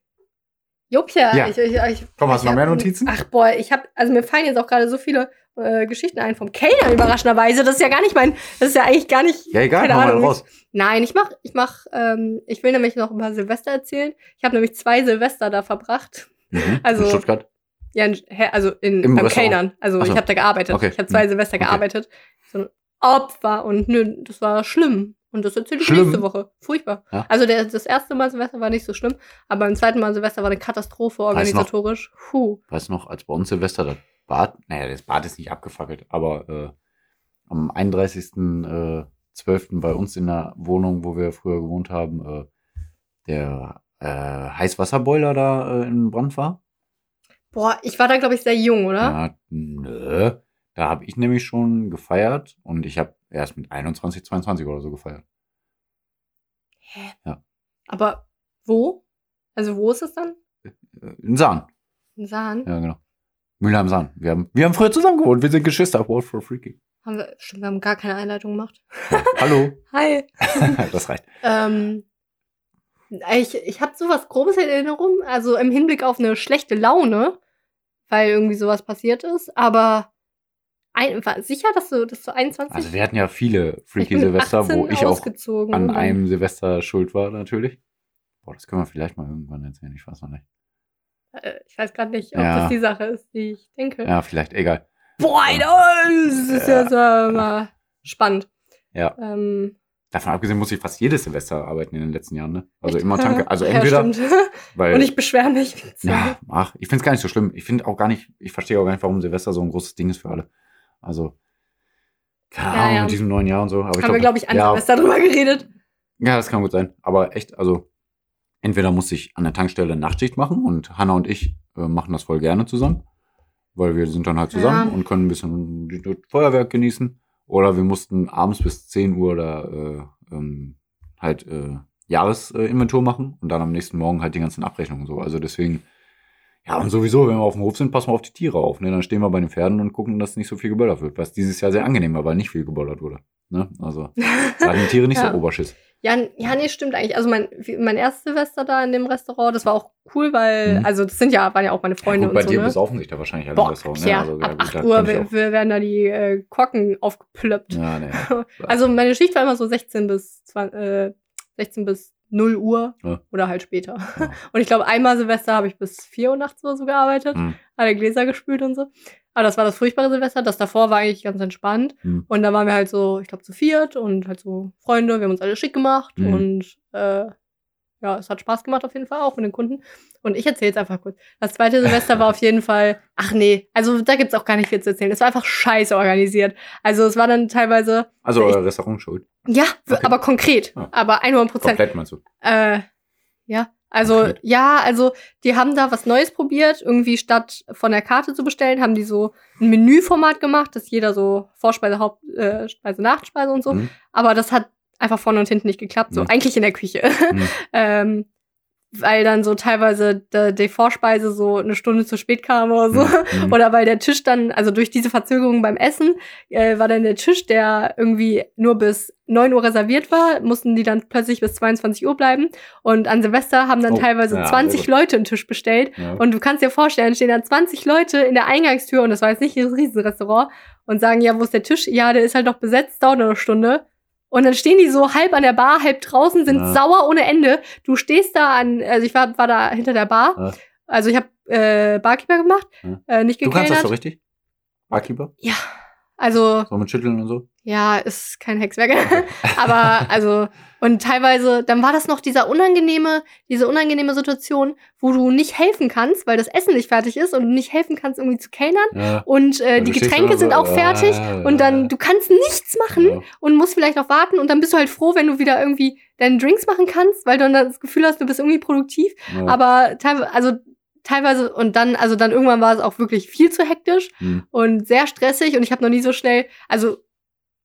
Speaker 1: Jopja,
Speaker 3: Ja.
Speaker 1: ich, ich, ich,
Speaker 3: Komm, hast du
Speaker 1: ich
Speaker 3: noch mehr
Speaker 1: hab-
Speaker 3: Notizen?
Speaker 1: Ach boah, ich habe, also mir fallen jetzt auch gerade so viele äh, Geschichten ein vom Kellner überraschenderweise. Das ist ja gar nicht mein, das ist ja eigentlich gar nicht.
Speaker 3: Ja, egal,
Speaker 1: Keine
Speaker 3: hau mal
Speaker 1: Ahnung.
Speaker 3: raus.
Speaker 1: Nein, ich mach, ich mach, ähm, ich will nämlich noch ein paar Silvester erzählen. Ich habe nämlich zwei Silvester da verbracht.
Speaker 3: Mhm.
Speaker 1: Also-
Speaker 3: In Stuttgart.
Speaker 1: Ja, in, hä, also in,
Speaker 3: Im
Speaker 1: beim
Speaker 3: Restaurant.
Speaker 1: Kellnern. Also
Speaker 3: Ach so.
Speaker 1: ich habe da gearbeitet.
Speaker 3: Okay.
Speaker 1: Ich habe zwei Silvester
Speaker 3: Okay.
Speaker 1: gearbeitet. So ein Opfer und nö, das war schlimm. Und das erzähle ich
Speaker 3: Schlimm.
Speaker 1: nächste Woche. Furchtbar.
Speaker 3: Ja.
Speaker 1: Also der, das erste Mal Silvester war nicht so schlimm, aber im zweiten Mal Silvester war eine Katastrophe
Speaker 3: noch-
Speaker 1: organisatorisch. Puh.
Speaker 3: Weiß noch, als bei uns Silvester das Bad, naja, das Bad ist nicht abgefackelt, aber äh, am 31.12. bei uns in der Wohnung, wo wir früher gewohnt haben, äh, der äh, Heißwasserboiler da äh, in Brand war.
Speaker 1: Boah, ich war da, glaube ich, sehr jung, oder?
Speaker 3: Na, nö. Da habe ich nämlich schon gefeiert und ich habe erst mit 21, 22 oder so gefeiert.
Speaker 1: Hä?
Speaker 3: Ja.
Speaker 1: Aber wo? Also wo ist es dann?
Speaker 3: Äh, In Sahn.
Speaker 1: In Sahn?
Speaker 3: Ja, genau. Mülheim Sahn. Wir haben, wir haben früher zusammen gewohnt. Wir sind Geschwister. World for Freaky.
Speaker 1: Haben wir, stimmt, wir haben gar keine Einleitung gemacht.
Speaker 3: Hallo.
Speaker 1: Hi.
Speaker 3: das reicht.
Speaker 1: Ähm, ich ich habe sowas Grobes in Erinnerung, also im Hinblick auf eine schlechte Laune, weil irgendwie sowas passiert ist, aber ein, war sicher, dass du, dass du 21
Speaker 3: Also wir hatten ja viele Freaky
Speaker 1: bin
Speaker 3: Silvester, wo
Speaker 1: 18
Speaker 3: ich auch
Speaker 1: ausgezogen
Speaker 3: an
Speaker 1: und-
Speaker 3: einem Silvester schuld war, natürlich. Boah, das können wir vielleicht mal irgendwann erzählen. Ich weiß noch nicht.
Speaker 1: Äh, Ich weiß gerade nicht, ob
Speaker 3: Ja.
Speaker 1: das die Sache ist, die ich denke.
Speaker 3: Ja, vielleicht. Egal.
Speaker 1: Boah, Alter, das ist ja,
Speaker 3: Ja.
Speaker 1: so immer spannend.
Speaker 3: Ja.
Speaker 1: Ähm,
Speaker 3: Davon abgesehen muss ich fast jedes Silvester arbeiten in den letzten Jahren. Ne? Also
Speaker 1: echt? [LAUGHS]
Speaker 3: immer Tanke. Also entweder,
Speaker 1: Ja, stimmt.
Speaker 3: weil
Speaker 1: Und ich beschwere mich. [LAUGHS]
Speaker 3: Ja, ach, ich find's gar nicht so schlimm. Ich find auch gar nicht, ich verstehe auch gar nicht, warum Silvester so ein großes Ding ist für alle. Also, keine
Speaker 1: Ja,
Speaker 3: Ahnung,
Speaker 1: ja.
Speaker 3: mit diesem neuen Jahr und so. Aber ich
Speaker 1: Haben wir, glaube ich, an
Speaker 3: ja,
Speaker 1: Silvester drüber geredet.
Speaker 3: Ja, das kann gut sein. Aber echt, also, entweder muss ich an der Tankstelle Nachtschicht machen und Hanna und ich äh, machen das voll gerne zusammen, weil wir sind dann halt zusammen
Speaker 1: Ja.
Speaker 3: und können ein bisschen die- das Feuerwerk genießen. Oder wir mussten abends bis 10 Uhr da äh, ähm, halt äh, Jahresinventur äh, Inventur machen und dann am nächsten Morgen halt die ganzen Abrechnungen und so. Also deswegen, ja, und sowieso, wenn wir auf dem Hof sind, passen wir auf die Tiere auf. Ne? Dann stehen wir bei den Pferden und gucken, dass nicht so viel geböllert wird, was dieses Jahr sehr angenehm war, weil nicht viel geböllert wurde. Ne?
Speaker 1: [LAUGHS]
Speaker 3: Also, da hatten die Tiere nicht
Speaker 1: Ja.
Speaker 3: so Oberschiss.
Speaker 1: Ja, n- ja, nee, stimmt eigentlich. Also mein, wie- mein erstes Silvester da in dem Restaurant, das war auch cool, weil,
Speaker 3: Mhm.
Speaker 1: also das sind ja, waren ja auch meine Freunde
Speaker 3: ja, gut, bei
Speaker 1: und so.
Speaker 3: dir
Speaker 1: ne?
Speaker 3: besaufen sich da wahrscheinlich alle
Speaker 1: Bock,
Speaker 3: im Restaurant. Ne?
Speaker 1: ja,
Speaker 3: Also,
Speaker 1: ab
Speaker 3: gut,
Speaker 1: 8
Speaker 3: das
Speaker 1: Uhr
Speaker 3: kann ich
Speaker 1: wir- wir werden da die äh, Kocken aufgeplöppt.
Speaker 3: auch. Ja, nee.
Speaker 1: [LAUGHS] Also meine Schicht war immer so 16 bis 20, äh, 16 bis 0 Uhr
Speaker 3: Ja.
Speaker 1: oder halt später.
Speaker 3: Ja.
Speaker 1: [LAUGHS] Und ich glaube, einmal Silvester habe ich bis 4 Uhr nachts oder so gearbeitet,
Speaker 3: Mhm.
Speaker 1: alle Gläser gespült und so. Aber das war das furchtbare Silvester. Das davor war eigentlich ganz entspannt.
Speaker 3: Mhm.
Speaker 1: Und da waren wir halt so, ich glaube, zu viert und halt so Freunde. Wir haben uns alle schick gemacht
Speaker 3: Mhm.
Speaker 1: und äh, ja, es hat Spaß gemacht auf jeden Fall auch mit den Kunden. Und ich erzähle jetzt einfach kurz. Das zweite Silvester war auf jeden Fall, ach nee, also da gibt's auch gar nicht viel zu erzählen. Es war einfach scheiße organisiert. Also es war dann teilweise,
Speaker 3: also
Speaker 1: ich-
Speaker 3: euer Restaurant schuld.
Speaker 1: ja, w-
Speaker 3: Okay.
Speaker 1: aber konkret.
Speaker 3: Ah.
Speaker 1: Aber 100 Prozent. [LAUGHS]
Speaker 3: Komplett meinst du?
Speaker 1: Äh, ja, also,
Speaker 3: Konkret.
Speaker 1: ja, also, die haben da was Neues probiert. Irgendwie statt von der Karte zu bestellen, haben die so ein Menüformat gemacht, dass jeder so Vorspeise, Haupt, äh, Speise, Nachspeise und so.
Speaker 3: Mhm.
Speaker 1: Aber das hat einfach vorne und hinten nicht geklappt. So,
Speaker 3: Mhm.
Speaker 1: eigentlich in der Küche. [LAUGHS]
Speaker 3: Mhm.
Speaker 1: ähm, weil dann so teilweise de- die Vorspeise so eine Stunde zu spät kam oder so.
Speaker 3: Mhm.
Speaker 1: Oder weil der Tisch dann, also durch diese Verzögerung beim Essen, äh, war dann der Tisch, der irgendwie nur bis 9 Uhr reserviert war, mussten die dann plötzlich bis 22 Uhr bleiben. Und an Silvester haben dann
Speaker 3: Oh,
Speaker 1: teilweise
Speaker 3: ja,
Speaker 1: 20
Speaker 3: irre.
Speaker 1: Leute einen Tisch bestellt.
Speaker 3: Ja.
Speaker 1: Und du kannst dir vorstellen, stehen da 20 Leute in der Eingangstür, und das war jetzt nicht ein Riesenrestaurant, und sagen, ja, wo ist der Tisch? Ja, der ist halt noch besetzt, dauert noch eine Stunde. Und dann stehen die so halb an der Bar, halb draußen, sind
Speaker 3: Ja.
Speaker 1: sauer ohne Ende. Du stehst da an, also ich war, war da hinter der Bar.
Speaker 3: Ja.
Speaker 1: Also ich habe äh, Barkeeper gemacht,
Speaker 3: Ja.
Speaker 1: äh, nicht
Speaker 3: du kannst das
Speaker 1: gekellnert.
Speaker 3: so richtig? Barkeeper?
Speaker 1: Ja, also
Speaker 3: So mit Schütteln und so?
Speaker 1: ja, ist kein Hexwerk. [LAUGHS] Aber also und teilweise, dann war das noch dieser unangenehme, diese unangenehme Situation, wo du nicht helfen kannst, weil das Essen nicht fertig ist und du nicht helfen kannst, irgendwie zu kellnern.
Speaker 3: Ja.
Speaker 1: Und äh,
Speaker 3: Ja,
Speaker 1: die
Speaker 3: du stehst
Speaker 1: Getränke
Speaker 3: immer so,
Speaker 1: sind auch
Speaker 3: äh,
Speaker 1: fertig.
Speaker 3: äh, genau.
Speaker 1: Und dann, du kannst nichts machen
Speaker 3: ja.
Speaker 1: und musst vielleicht noch warten. Und dann bist du halt froh, wenn du wieder irgendwie deine Drinks machen kannst, weil du dann das Gefühl hast, du bist irgendwie produktiv.
Speaker 3: Ja.
Speaker 1: Aber teilweise, also teilweise, und dann, also dann irgendwann war es auch wirklich viel zu hektisch
Speaker 3: Mhm.
Speaker 1: und sehr stressig und ich habe noch nie so schnell, also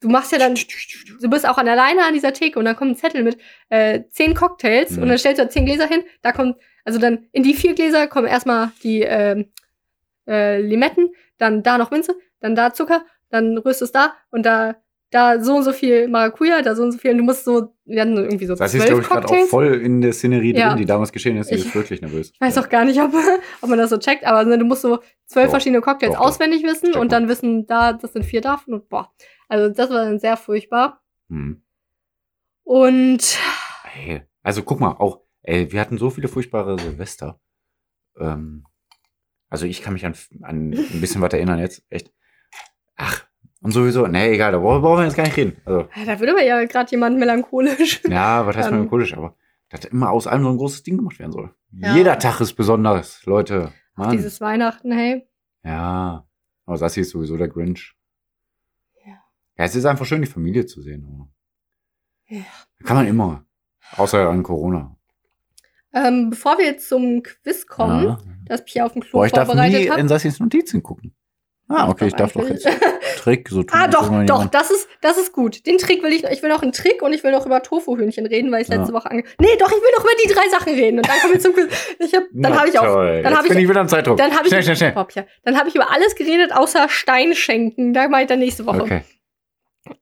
Speaker 1: du machst ja dann, du bist auch an der Leine an dieser Theke und dann kommt ein Zettel mit äh, zehn Cocktails
Speaker 3: Mhm.
Speaker 1: und dann stellst du da zehn Gläser hin, da kommt, also dann in die vier Gläser kommen erstmal die ähm, äh, Limetten, dann da noch Minze, dann da Zucker, dann rührst du es da und da da so und so viel Maracuja, da so und so viel und du musst so, wir hatten irgendwie so
Speaker 3: Das ist, glaube
Speaker 1: zwölf
Speaker 3: ich, gerade auch
Speaker 1: Cocktails.
Speaker 3: voll in der Szenerie
Speaker 1: Ja.
Speaker 3: drin, die damals geschehen ist. Die
Speaker 1: Ich-
Speaker 3: ist wirklich nervös.
Speaker 1: Ich weiß
Speaker 3: ja.
Speaker 1: auch gar nicht, ob, [LAUGHS] ob man das so checkt, aber ne, du musst so zwölf
Speaker 3: Doch,
Speaker 1: verschiedene Cocktails
Speaker 3: doch, doch.
Speaker 1: auswendig wissen
Speaker 3: Check
Speaker 1: und dann wissen, da, das sind vier davon und boah. Also das war dann sehr furchtbar.
Speaker 3: Mhm.
Speaker 1: Und
Speaker 3: Ey, also guck mal, auch, ey, wir hatten so viele furchtbare Silvester. Ähm, also ich kann mich an, an ein bisschen was erinnern jetzt, echt. Ach, Und sowieso, nee, egal, da brauchen brauchen wir jetzt gar nicht reden. Also,
Speaker 1: äh, Da würde man ja gerade jemand melancholisch. [LAUGHS]
Speaker 3: ja, was heißt
Speaker 1: Dann-
Speaker 3: melancholisch, aber dass immer aus allem so ein großes Ding gemacht werden soll.
Speaker 1: Ja.
Speaker 3: Jeder Tag ist besonders, Leute. Mann.
Speaker 1: Dieses Weihnachten, hey.
Speaker 3: Ja. Aber Sassi ist sowieso der Grinch.
Speaker 1: Ja.
Speaker 3: Ja, es ist einfach schön, die Familie zu sehen. aber-
Speaker 1: Ja.
Speaker 3: Kann man immer. Außer an Corona.
Speaker 1: Ähm, bevor wir jetzt zum Quiz kommen,
Speaker 3: Ja.
Speaker 1: das Pia auf dem Klo
Speaker 3: Boah, ich darf nie
Speaker 1: vorbereitet [LAUGHS] hat.
Speaker 3: in Sassis Notizen gucken. Ah, okay, ich darf doch
Speaker 1: eigentlich.
Speaker 3: jetzt Trick so tun.
Speaker 1: [LAUGHS] Ah,
Speaker 3: als
Speaker 1: doch,
Speaker 3: würde man
Speaker 1: doch,
Speaker 3: jemanden-
Speaker 1: das ist, das ist gut. Den Trick will ich noch. Ich will noch einen Trick und ich will noch über Tofu-Hühnchen reden, weil ich
Speaker 3: Ja.
Speaker 1: letzte Woche ange. Nee, doch, ich will noch über die drei Sachen reden. Und dann kommen wir zum Quiz. Ich hab, dann
Speaker 3: Na
Speaker 1: habe ich auch.
Speaker 3: toll,
Speaker 1: dann
Speaker 3: jetzt
Speaker 1: hab ich-
Speaker 3: bin ich wieder am Zeitdruck.
Speaker 1: Dann habe ich,
Speaker 3: schnell,
Speaker 1: [LAUGHS]
Speaker 3: schnell, schnell.
Speaker 1: Boah, Pia. Dann hab ich über alles geredet, außer Steinschenken. Da mache ich dann nächste Woche.
Speaker 3: Okay.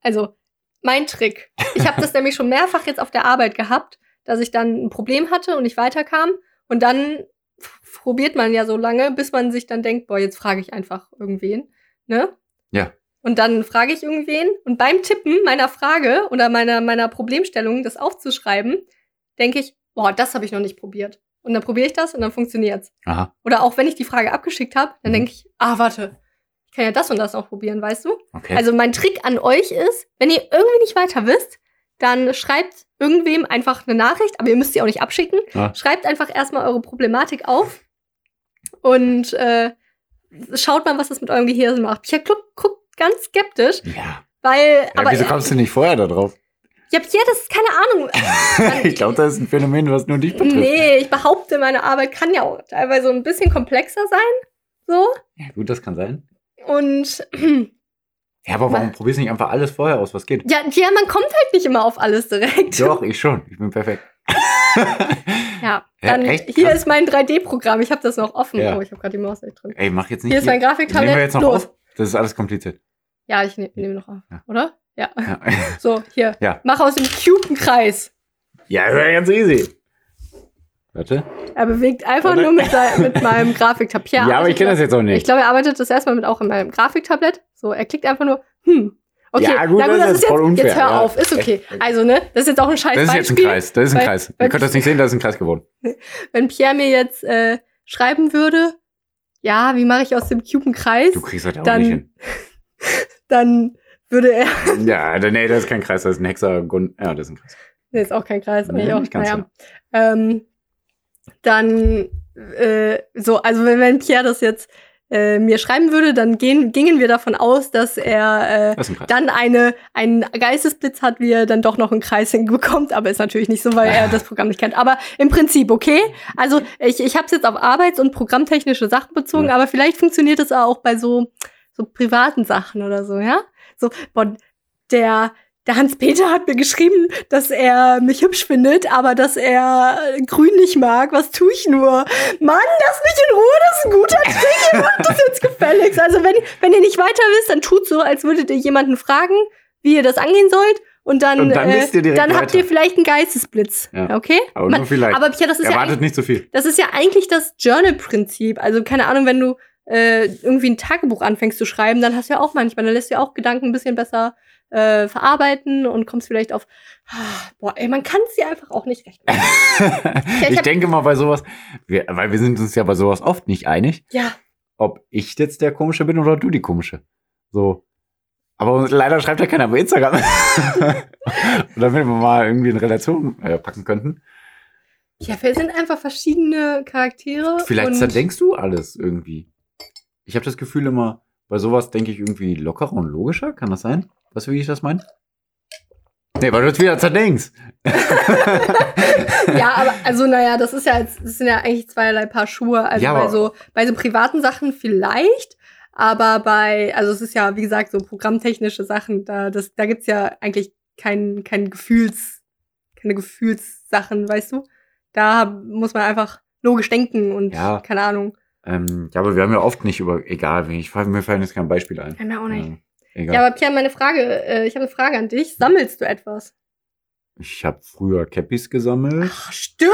Speaker 1: Also, mein Trick. Ich
Speaker 3: [LAUGHS]
Speaker 1: habe das nämlich schon mehrfach jetzt auf der Arbeit gehabt, dass ich dann ein Problem hatte und nicht weiterkam. Und dann f- probiert man ja so lange, bis man sich dann denkt, boah, jetzt frage ich einfach irgendwen. Ne?
Speaker 3: Ja.
Speaker 1: Und dann frage ich irgendwen und beim Tippen meiner Frage oder meiner, meiner Problemstellung, das aufzuschreiben, denke ich, boah, das habe ich noch nicht probiert. Und dann probiere ich das und dann funktioniert's.
Speaker 3: Aha,
Speaker 1: Oder auch wenn ich die Frage abgeschickt habe, dann
Speaker 3: Mhm.
Speaker 1: denke ich, ah, warte, ich kann ja das und das auch probieren, weißt du?
Speaker 3: okay.
Speaker 1: Also mein Trick an euch ist, wenn ihr irgendwie nicht weiter wisst, dann schreibt irgendwem einfach eine Nachricht, aber ihr müsst sie auch nicht abschicken.
Speaker 3: Ja.
Speaker 1: Schreibt einfach erstmal eure Problematik auf und äh, schaut mal, was das mit eurem Gehirn macht. Pierre Klub guckt ganz skeptisch,
Speaker 3: ja.
Speaker 1: weil
Speaker 3: ja
Speaker 1: aber
Speaker 3: wieso kommst du nicht vorher
Speaker 1: [LAUGHS]
Speaker 3: da drauf?
Speaker 1: ja, Pierre, das ist keine
Speaker 3: [LAUGHS]
Speaker 1: Ahnung. Dann-
Speaker 3: ich glaube, das ist ein Phänomen, was nur dich betrifft.
Speaker 1: nee, ich behaupte, meine Arbeit kann ja auch teilweise ein bisschen komplexer sein, so
Speaker 3: Ja, gut, das kann sein.
Speaker 1: und
Speaker 3: Ja, aber warum
Speaker 1: Ma-
Speaker 3: probierst du nicht einfach alles vorher aus, was
Speaker 1: [LAUGHS]
Speaker 3: geht?
Speaker 1: ja, ja, man kommt halt nicht immer auf alles direkt.
Speaker 3: Doch, ich schon. Ich bin perfekt. [LAUGHS]
Speaker 1: Ja,
Speaker 3: Ja,
Speaker 1: dann
Speaker 3: echt?
Speaker 1: hier
Speaker 3: Krass.
Speaker 1: ist mein 3D-Programm. Ich habe das noch offen.
Speaker 3: Ja.
Speaker 1: Oh, ich habe gerade die Maus nicht drin.
Speaker 3: Ey, mach jetzt nicht.
Speaker 1: Hier ist mein Grafiktablet.
Speaker 3: Nehmen wir jetzt noch
Speaker 1: Los.
Speaker 3: auf. Das ist alles kompliziert.
Speaker 1: Ja, ich ne nehme noch auf.
Speaker 3: Ja.
Speaker 1: Oder? Ja.
Speaker 3: Ja,
Speaker 1: [LAUGHS] So, hier.
Speaker 3: Ja.
Speaker 1: Mach aus dem Cube einen Kreis.
Speaker 3: ja das war ganz easy. Warte.
Speaker 1: Er bewegt einfach
Speaker 3: Oder?
Speaker 1: nur mit, sein- mit meinem
Speaker 3: [LAUGHS]
Speaker 1: Grafiktablett.
Speaker 3: Ja, aber ich kenne das jetzt auch
Speaker 1: also Ich
Speaker 3: nicht.
Speaker 1: glaube, er arbeitet das erstmal mit auch in meinem Grafiktablett. So, er klickt einfach nur, hm. Okay,
Speaker 3: Ja, gut,
Speaker 1: na gut,
Speaker 3: das
Speaker 1: das
Speaker 3: ist
Speaker 1: ist jetzt,
Speaker 3: voll unfair,
Speaker 1: jetzt hör
Speaker 3: ja.
Speaker 1: auf, ist okay. Also, ne, das ist jetzt auch ein scheiß
Speaker 3: das ist jetzt ein
Speaker 1: Beispiel.
Speaker 3: Kreis. Das ist ein
Speaker 1: Weil-
Speaker 3: Kreis. Ihr
Speaker 1: weil-
Speaker 3: könnt das nicht sehen, das ist ein Kreis geworden.
Speaker 1: Wenn Pierre mir jetzt äh, schreiben würde, ja, wie mache ich aus dem Cube einen Kreis,
Speaker 3: Du kriegst das ja auch
Speaker 1: Dann-
Speaker 3: nicht hin.
Speaker 1: dann würde er
Speaker 3: Ja, nee, das ist kein Kreis, das ist ein Hexagon. Ja, das ist ein Kreis.
Speaker 1: Nee, ist auch kein Kreis,
Speaker 3: Nee,
Speaker 1: eigentlich auch.
Speaker 3: nicht ganz,
Speaker 1: naja. Ähm, dann, äh, so, also wenn, wenn Pierre das jetzt äh, mir schreiben würde, dann gehen, gingen wir davon aus, dass er äh,
Speaker 3: Das ist ein Kreis.
Speaker 1: dann eine, einen Geistesblitz hat, wie er dann doch noch einen Kreis [LAUGHS] hinbekommt, aber ist natürlich nicht so, weil er das Programm nicht kennt. Aber im Prinzip, okay? Also ich, ich habe es jetzt auf arbeits- und programmtechnische Sachen bezogen,
Speaker 3: Ja.
Speaker 1: aber vielleicht funktioniert es auch bei so, so privaten Sachen oder so, ja? So, boah, der, der Hans-Peter hat mir geschrieben, dass er mich hübsch findet, aber dass er äh, grün nicht mag. Was tue ich nur? Mann, lass mich in Ruhe, das ist ein guter Trick.
Speaker 3: [LAUGHS]
Speaker 1: Ihr macht das jetzt gefälligst. Also wenn, wenn ihr nicht weiter wisst, dann tut so, als würdet ihr jemanden fragen, wie ihr das angehen sollt. Und dann, äh,
Speaker 3: Und dann wisst ihr direkt
Speaker 1: dann habt
Speaker 3: weiter.
Speaker 1: ihr vielleicht einen Geistesblitz.
Speaker 3: Ja.
Speaker 1: Okay?
Speaker 3: Aber
Speaker 1: Man-
Speaker 3: nur vielleicht.
Speaker 1: aber Pia, das ist ja
Speaker 3: Erwartet nicht
Speaker 1: [LAUGHS]
Speaker 3: so viel.
Speaker 1: das ist ja eigentlich das Journal-Prinzip. Also, keine Ahnung, wenn du äh, irgendwie ein Tagebuch anfängst zu schreiben, dann hast du ja auch manchmal, dann lässt du ja auch Gedanken ein bisschen besser äh, verarbeiten und kommst vielleicht auf, ah, boah, ey, man kann es dir einfach auch nicht recht machen.
Speaker 3: ich
Speaker 1: hab-
Speaker 3: denke mal bei sowas, wir, weil wir sind uns ja bei sowas oft nicht einig,
Speaker 1: Ja,
Speaker 3: ob ich jetzt der Komische bin oder du die Komische. So. Aber leider schreibt ja keiner bei Instagram. [LAUGHS] Und damit wir mal irgendwie in Relation äh, packen könnten.
Speaker 1: ja, wir sind einfach verschiedene Charaktere.
Speaker 3: Vielleicht
Speaker 1: und
Speaker 3: zerdenkst du alles irgendwie. Ich habe das Gefühl immer, bei sowas denke ich irgendwie lockerer und logischer. Kann das sein? Weißt du, wie ich das meine? Nee, weil du es wieder zerdenkst.
Speaker 1: [LAUGHS] Ja, aber also naja, das ist ja jetzt, das sind ja eigentlich zweierlei Paar Schuhe. Also
Speaker 3: Ja,
Speaker 1: bei
Speaker 3: aber-
Speaker 1: so bei so privaten Sachen vielleicht, aber bei, also es ist ja, wie gesagt, so programmtechnische Sachen, da, das, da gibt's ja eigentlich kein, kein Gefühls, keine Gefühlssachen, weißt du? Da muss man einfach logisch denken und
Speaker 3: Ja.
Speaker 1: keine Ahnung.
Speaker 3: [LAUGHS] Ähm, ja, aber wir haben ja oft nicht über. Egal, ich, fall- mir fallen jetzt kein Beispiel ein.
Speaker 1: Kann mir auch nicht.
Speaker 3: Ähm, egal.
Speaker 1: Ja, aber Pierre, meine Frage, äh, ich habe eine Frage an dich. Sammelst du etwas?
Speaker 3: ich habe früher Cappies gesammelt.
Speaker 1: Ach, stimmt!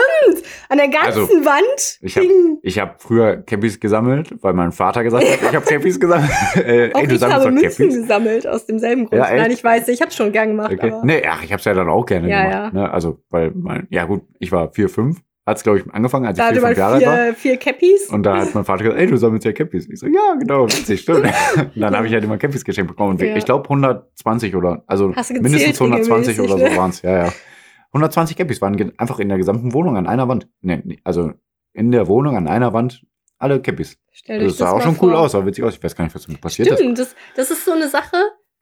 Speaker 1: An der ganzen
Speaker 3: Hm? Also,
Speaker 1: Wand
Speaker 3: ich hab-
Speaker 1: hingen-
Speaker 3: Ich habe früher Cappies gesammelt, weil mein Vater gesagt hat, ich habe Cappies gesammelt. [LAUGHS] Äh,
Speaker 1: Auch
Speaker 3: ey, du
Speaker 1: ich
Speaker 3: sammelst
Speaker 1: habe
Speaker 3: doch
Speaker 1: Münzen
Speaker 3: Cappies.
Speaker 1: gesammelt aus demselben Grund.
Speaker 3: Ja, echt?
Speaker 1: Nein, ich weiß, ich habe [LAUGHS] schon gern gemacht.
Speaker 3: Okay.
Speaker 1: Aber
Speaker 3: Nee, ach, ich habe es ja dann auch gerne
Speaker 1: Ja,
Speaker 3: gemacht. Ne? Also, weil mein, ja gut, ich war vier, fünf, hat es, glaube ich, angefangen, als ich
Speaker 1: Da
Speaker 3: vier,
Speaker 1: hatte man
Speaker 3: fünf Jahre alt war.
Speaker 1: vier, vier Cappies.
Speaker 3: Und da hat mein Vater gesagt, ey, du sammelst ja Cappies. Ich so, ja, genau,
Speaker 1: [LAUGHS]
Speaker 3: witzig, stimmt. Und dann habe ich halt immer Cappies geschenkt bekommen. Und
Speaker 1: Ja.
Speaker 3: ich glaube 120 oder, also
Speaker 1: Hast du gezählt
Speaker 3: mindestens 120 oder
Speaker 1: regelmäßig,
Speaker 3: so
Speaker 1: ne?
Speaker 3: waren es. Ja, ja. 120 Cappies waren ge- einfach in der gesamten Wohnung an einer Wand. Nee, nee, also in der Wohnung an einer Wand alle Cappies.
Speaker 1: Stell
Speaker 3: Das
Speaker 1: dich
Speaker 3: sah
Speaker 1: mal
Speaker 3: auch schon cool
Speaker 1: vor.
Speaker 3: aus, sah witzig aus. Ich weiß gar nicht, was damit passiert ist.
Speaker 1: Stimmt, das, das ist so eine Sache,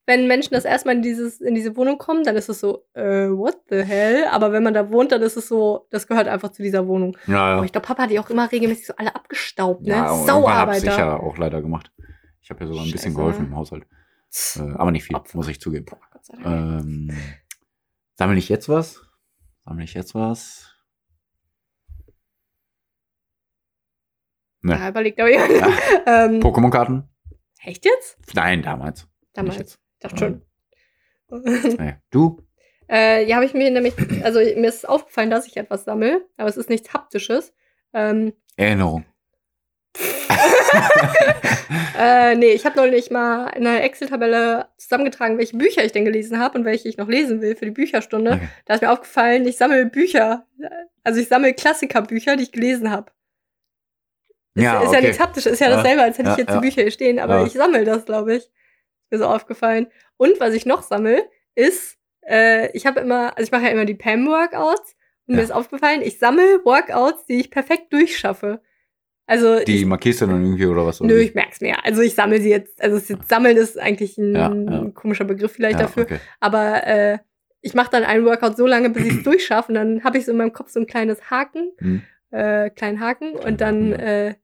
Speaker 1: wenn Menschen das erstmal in, dieses, in diese Wohnung kommen, dann ist es so, äh, what the hell? Aber wenn man da wohnt, dann ist es so, das gehört einfach zu dieser Wohnung.
Speaker 3: Ja,
Speaker 1: Aber
Speaker 3: ja.
Speaker 1: ich glaube, Papa hat die auch immer regelmäßig so alle abgestaubt, ne?
Speaker 3: ja und irgendwann habe
Speaker 1: Sauarbeiter.
Speaker 3: ich sicher auch leider gemacht. Ich habe ja sogar ein bisschen
Speaker 1: Scheiße.
Speaker 3: geholfen im Haushalt. Äh,
Speaker 1: Tss,
Speaker 3: aber nicht viel,
Speaker 1: Opfer.
Speaker 3: muss ich zugeben.
Speaker 1: boah, Gott sei Dank.
Speaker 3: Ähm, sammle ich jetzt was? Sammle ich jetzt was? ne.
Speaker 1: Da überlegt aber jemand.
Speaker 3: [LAUGHS] Ja.
Speaker 1: ähm,
Speaker 3: Pokémon-Karten?
Speaker 1: echt jetzt?
Speaker 3: Nein, damals. Nicht
Speaker 1: Damals.
Speaker 3: jetzt.
Speaker 1: Ich dachte schon. [LAUGHS]
Speaker 3: Nee. Du?
Speaker 1: Äh, ja, habe ich mir nämlich, also mir ist aufgefallen, dass ich etwas sammle, aber es ist nichts Haptisches. Ähm,
Speaker 3: Erinnerung.
Speaker 1: Äh, nee, ich habe neulich mal in einer Excel-Tabelle zusammengetragen, welche Bücher ich denn gelesen habe und welche ich noch lesen will für die Bücherstunde.
Speaker 3: Okay.
Speaker 1: Da ist mir aufgefallen, ich sammle Bücher. Also ich sammle Klassikerbücher, die ich gelesen habe.
Speaker 3: Ja,
Speaker 1: ist ja
Speaker 3: okay.
Speaker 1: nichts Haptisches, ist ja
Speaker 3: Ja,
Speaker 1: dasselbe, als hätte
Speaker 3: ja,
Speaker 1: ich jetzt
Speaker 3: ja.
Speaker 1: die Bücher hier stehen, aber
Speaker 3: Ja.
Speaker 1: ich sammle das, glaube ich. Ist mir so aufgefallen. Und was ich noch sammle, ist, äh, ich habe immer, also ich mache ja immer die PAM-Workouts und mir
Speaker 3: Ja.
Speaker 1: ist aufgefallen, ich sammle Workouts, die ich perfekt durchschaffe. Also ich
Speaker 3: Die markierst du dann irgendwie oder was?
Speaker 1: Nö, ich merk's mir. Also ich sammle sie jetzt. Also es jetzt, sammeln ist eigentlich ein
Speaker 3: Ja, ja.
Speaker 1: komischer Begriff vielleicht
Speaker 3: ja,
Speaker 1: dafür.
Speaker 3: Okay.
Speaker 1: Aber äh, ich mache dann einen Workout so lange, bis
Speaker 3: [CLEARS THROAT]
Speaker 1: ich es durchschaffe. Und dann habe ich so in meinem Kopf so ein kleines Haken,
Speaker 3: Hm.
Speaker 1: äh, kleinen Haken.
Speaker 3: Kleinen
Speaker 1: Und dann,
Speaker 3: Haken,
Speaker 1: äh,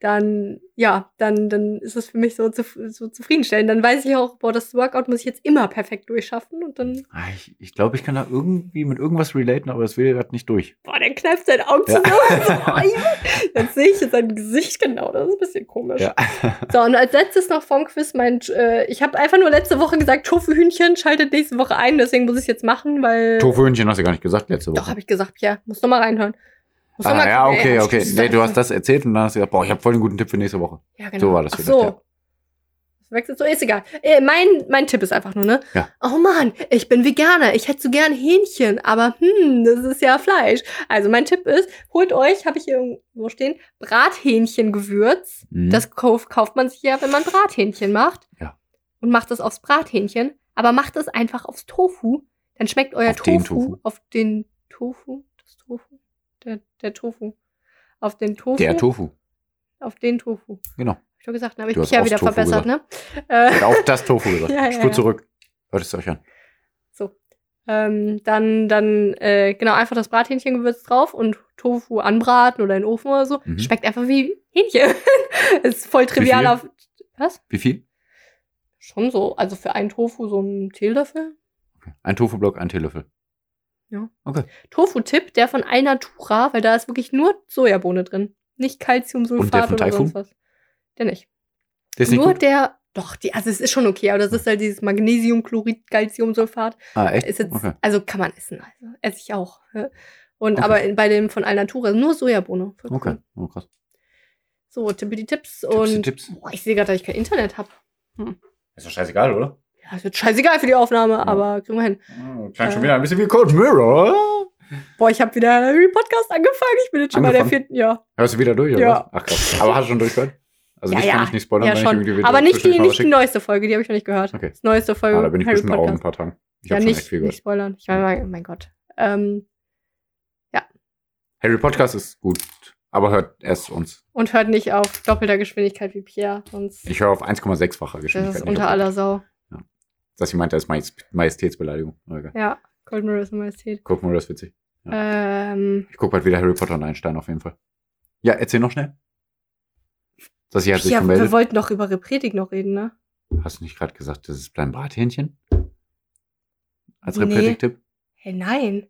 Speaker 1: dann, ja, dann, dann ist es für mich so, zuf so zufriedenstellend. Dann weiß ich auch, boah, das Workout muss ich jetzt immer perfekt durchschaffen. Und dann,
Speaker 3: Ah, Ich, ich glaube, ich kann da irgendwie mit irgendwas relaten, aber das will gerade nicht durch.
Speaker 1: boah, der kneift sein Auge
Speaker 3: Ja.
Speaker 1: zusammen.
Speaker 3: [LAUGHS]
Speaker 1: [LAUGHS] So, oh, jetzt sehe ich jetzt sein Gesicht genau. Das ist ein bisschen komisch.
Speaker 3: Ja.
Speaker 1: So, und als letztes noch vom Quiz, mein, äh, ich habe einfach nur letzte Woche gesagt, Tofu-Hühnchen schaltet nächste Woche ein, deswegen muss ich es jetzt machen, weil.
Speaker 3: Tofu-Hühnchen hast du gar nicht gesagt letzte Woche.
Speaker 1: Doch, habe ich gesagt, ja, muss noch mal reinhören. Muss noch
Speaker 3: ah,
Speaker 1: mal
Speaker 3: ja,
Speaker 1: gucken,
Speaker 3: okay,
Speaker 1: ey,
Speaker 3: okay.
Speaker 1: stimmt,
Speaker 3: Nee, du hast das erzählt und dann hast du gesagt, boah, ich habe voll einen guten Tipp für nächste Woche.
Speaker 1: Ja, genau.
Speaker 3: so war das
Speaker 1: Ach
Speaker 3: vielleicht,
Speaker 1: so.
Speaker 3: ja.
Speaker 1: Das wechselt so, ist egal. Äh, mein, mein Tipp ist einfach nur, ne?
Speaker 3: Ja.
Speaker 1: Oh Mann, ich bin Veganer, ich hätte so gern Hähnchen, aber hm, das ist ja Fleisch. Also mein Tipp ist, holt euch, habe ich hier irgendwo stehen, Brathähnchengewürz.
Speaker 3: Mhm.
Speaker 1: Das kauf, kauft man sich ja, wenn man Brathähnchen macht.
Speaker 3: Ja.
Speaker 1: Und macht es aufs Brathähnchen, aber macht es einfach aufs Tofu. Dann schmeckt euer
Speaker 3: Auf
Speaker 1: Tofu,
Speaker 3: den Tofu.
Speaker 1: auf den Tofu, das Tofu, der, der Tofu, auf den Tofu,
Speaker 3: Der Tofu.
Speaker 1: auf den Tofu.
Speaker 3: Genau.
Speaker 1: Hab ich doch gesagt, ne? habe ich
Speaker 3: Du
Speaker 1: mich
Speaker 3: hast
Speaker 1: ja
Speaker 3: aufs
Speaker 1: wieder
Speaker 3: Tofu
Speaker 1: verbessert, ne? Äh,
Speaker 3: Hat auch das Tofu gesagt.
Speaker 1: Ja, ja,
Speaker 3: Spur
Speaker 1: ja.
Speaker 3: zurück. Hört es euch an.
Speaker 1: ähm, dann, dann äh, genau einfach das Brathähnchengewürz drauf und Tofu anbraten oder in den Ofen oder so.
Speaker 3: Mhm.
Speaker 1: Schmeckt einfach wie Hähnchen. [LAUGHS] ist voll trivial
Speaker 3: viel?
Speaker 1: auf. Was?
Speaker 3: Wie viel?
Speaker 1: Schon so, also für einen Tofu so einen Teelöffel.
Speaker 3: Ein Tofu-Block, ein Teelöffel.
Speaker 1: Tofu-Tipp, der von Alnatura, weil da ist wirklich nur Sojabohne drin. Nicht
Speaker 3: Und der
Speaker 1: Calciumsulfat
Speaker 3: von
Speaker 1: oder
Speaker 3: Taifun?
Speaker 1: sonst was. Der nicht.
Speaker 3: Der ist nicht
Speaker 1: nur
Speaker 3: gut.
Speaker 1: der, doch, die, also es ist schon okay, aber das ist halt dieses Magnesiumchlorid, Calciumsulfat.
Speaker 3: Ah, echt?
Speaker 1: Ist jetzt,
Speaker 3: Okay.
Speaker 1: Also kann man essen, also esse ich auch. ja. Und
Speaker 3: Okay.
Speaker 1: aber in, bei dem von Alnatura nur Sojabohne. Voll cool.
Speaker 3: Okay. Oh, krass.
Speaker 1: So, tippe die Tipps
Speaker 3: Tipps,
Speaker 1: und
Speaker 3: Tipps.
Speaker 1: Boah, ich sehe gerade, dass ich kein Internet habe.
Speaker 3: Ist doch scheißegal, oder?
Speaker 1: Ja, ist jetzt scheißegal für die Aufnahme, aber kriegen wir hin. schon Äh.
Speaker 3: Klang schon
Speaker 1: wieder
Speaker 3: wieder ein bisschen wie Cold Mirror.
Speaker 1: Boah, ich habe wieder einen Podcast angefangen. Ich bin jetzt schon bei der
Speaker 3: Angefangen?
Speaker 1: vierten, ja.
Speaker 3: Hörst du wieder durch, oder
Speaker 1: Ja.
Speaker 3: was? Ach krass. Aber hast du schon durchgehört? Also
Speaker 1: Ja,
Speaker 3: dich
Speaker 1: ja.
Speaker 3: kann ich nicht spoilern,
Speaker 1: Ja,
Speaker 3: wenn ich irgendwie
Speaker 1: schon.
Speaker 3: wieder
Speaker 1: Aber nicht die,
Speaker 3: zwischendurch
Speaker 1: nicht die
Speaker 3: schicke.
Speaker 1: neueste Folge, die habe ich noch nicht gehört.
Speaker 3: Okay.
Speaker 1: Das neueste Folge.
Speaker 3: Ah, da bin ich
Speaker 1: Harry
Speaker 3: bestimmt auch ein
Speaker 1: Podcast.
Speaker 3: paar Tagen. Ich
Speaker 1: Ja,
Speaker 3: habe schon
Speaker 1: nicht,
Speaker 3: echt viel
Speaker 1: nicht
Speaker 3: gehört.
Speaker 1: spoilern. Ich meine, oh mein Gott. Ähm,
Speaker 3: Harry Podcast ist gut, aber hört erst uns.
Speaker 1: und hört nicht auf doppelter Geschwindigkeit wie Pierre, sonst
Speaker 3: Ich höre auf 1,6-facher
Speaker 1: das
Speaker 3: Geschwindigkeit.
Speaker 1: ist
Speaker 3: nicht
Speaker 1: unter
Speaker 3: auf-
Speaker 1: aller Sau.
Speaker 3: Dass ich meinte, das ist Majest- Majestätsbeleidigung. Okay.
Speaker 1: Ja, Golden Mirror ist eine Majestät.
Speaker 3: Guck mal, das ist witzig.
Speaker 1: Ähm,
Speaker 3: Ich gucke bald wieder Harry Potter und Einstein auf jeden Fall. Ja, erzähl noch schnell. Das hier hat sich
Speaker 1: Pierre, wir
Speaker 3: gemeldet.
Speaker 1: wollten doch über Repretik noch reden, ne?
Speaker 3: Hast du nicht gerade gesagt, das ist dein Brathähnchen? Als
Speaker 1: Nee.
Speaker 3: Repretik-Tipp?
Speaker 1: Hey, nein.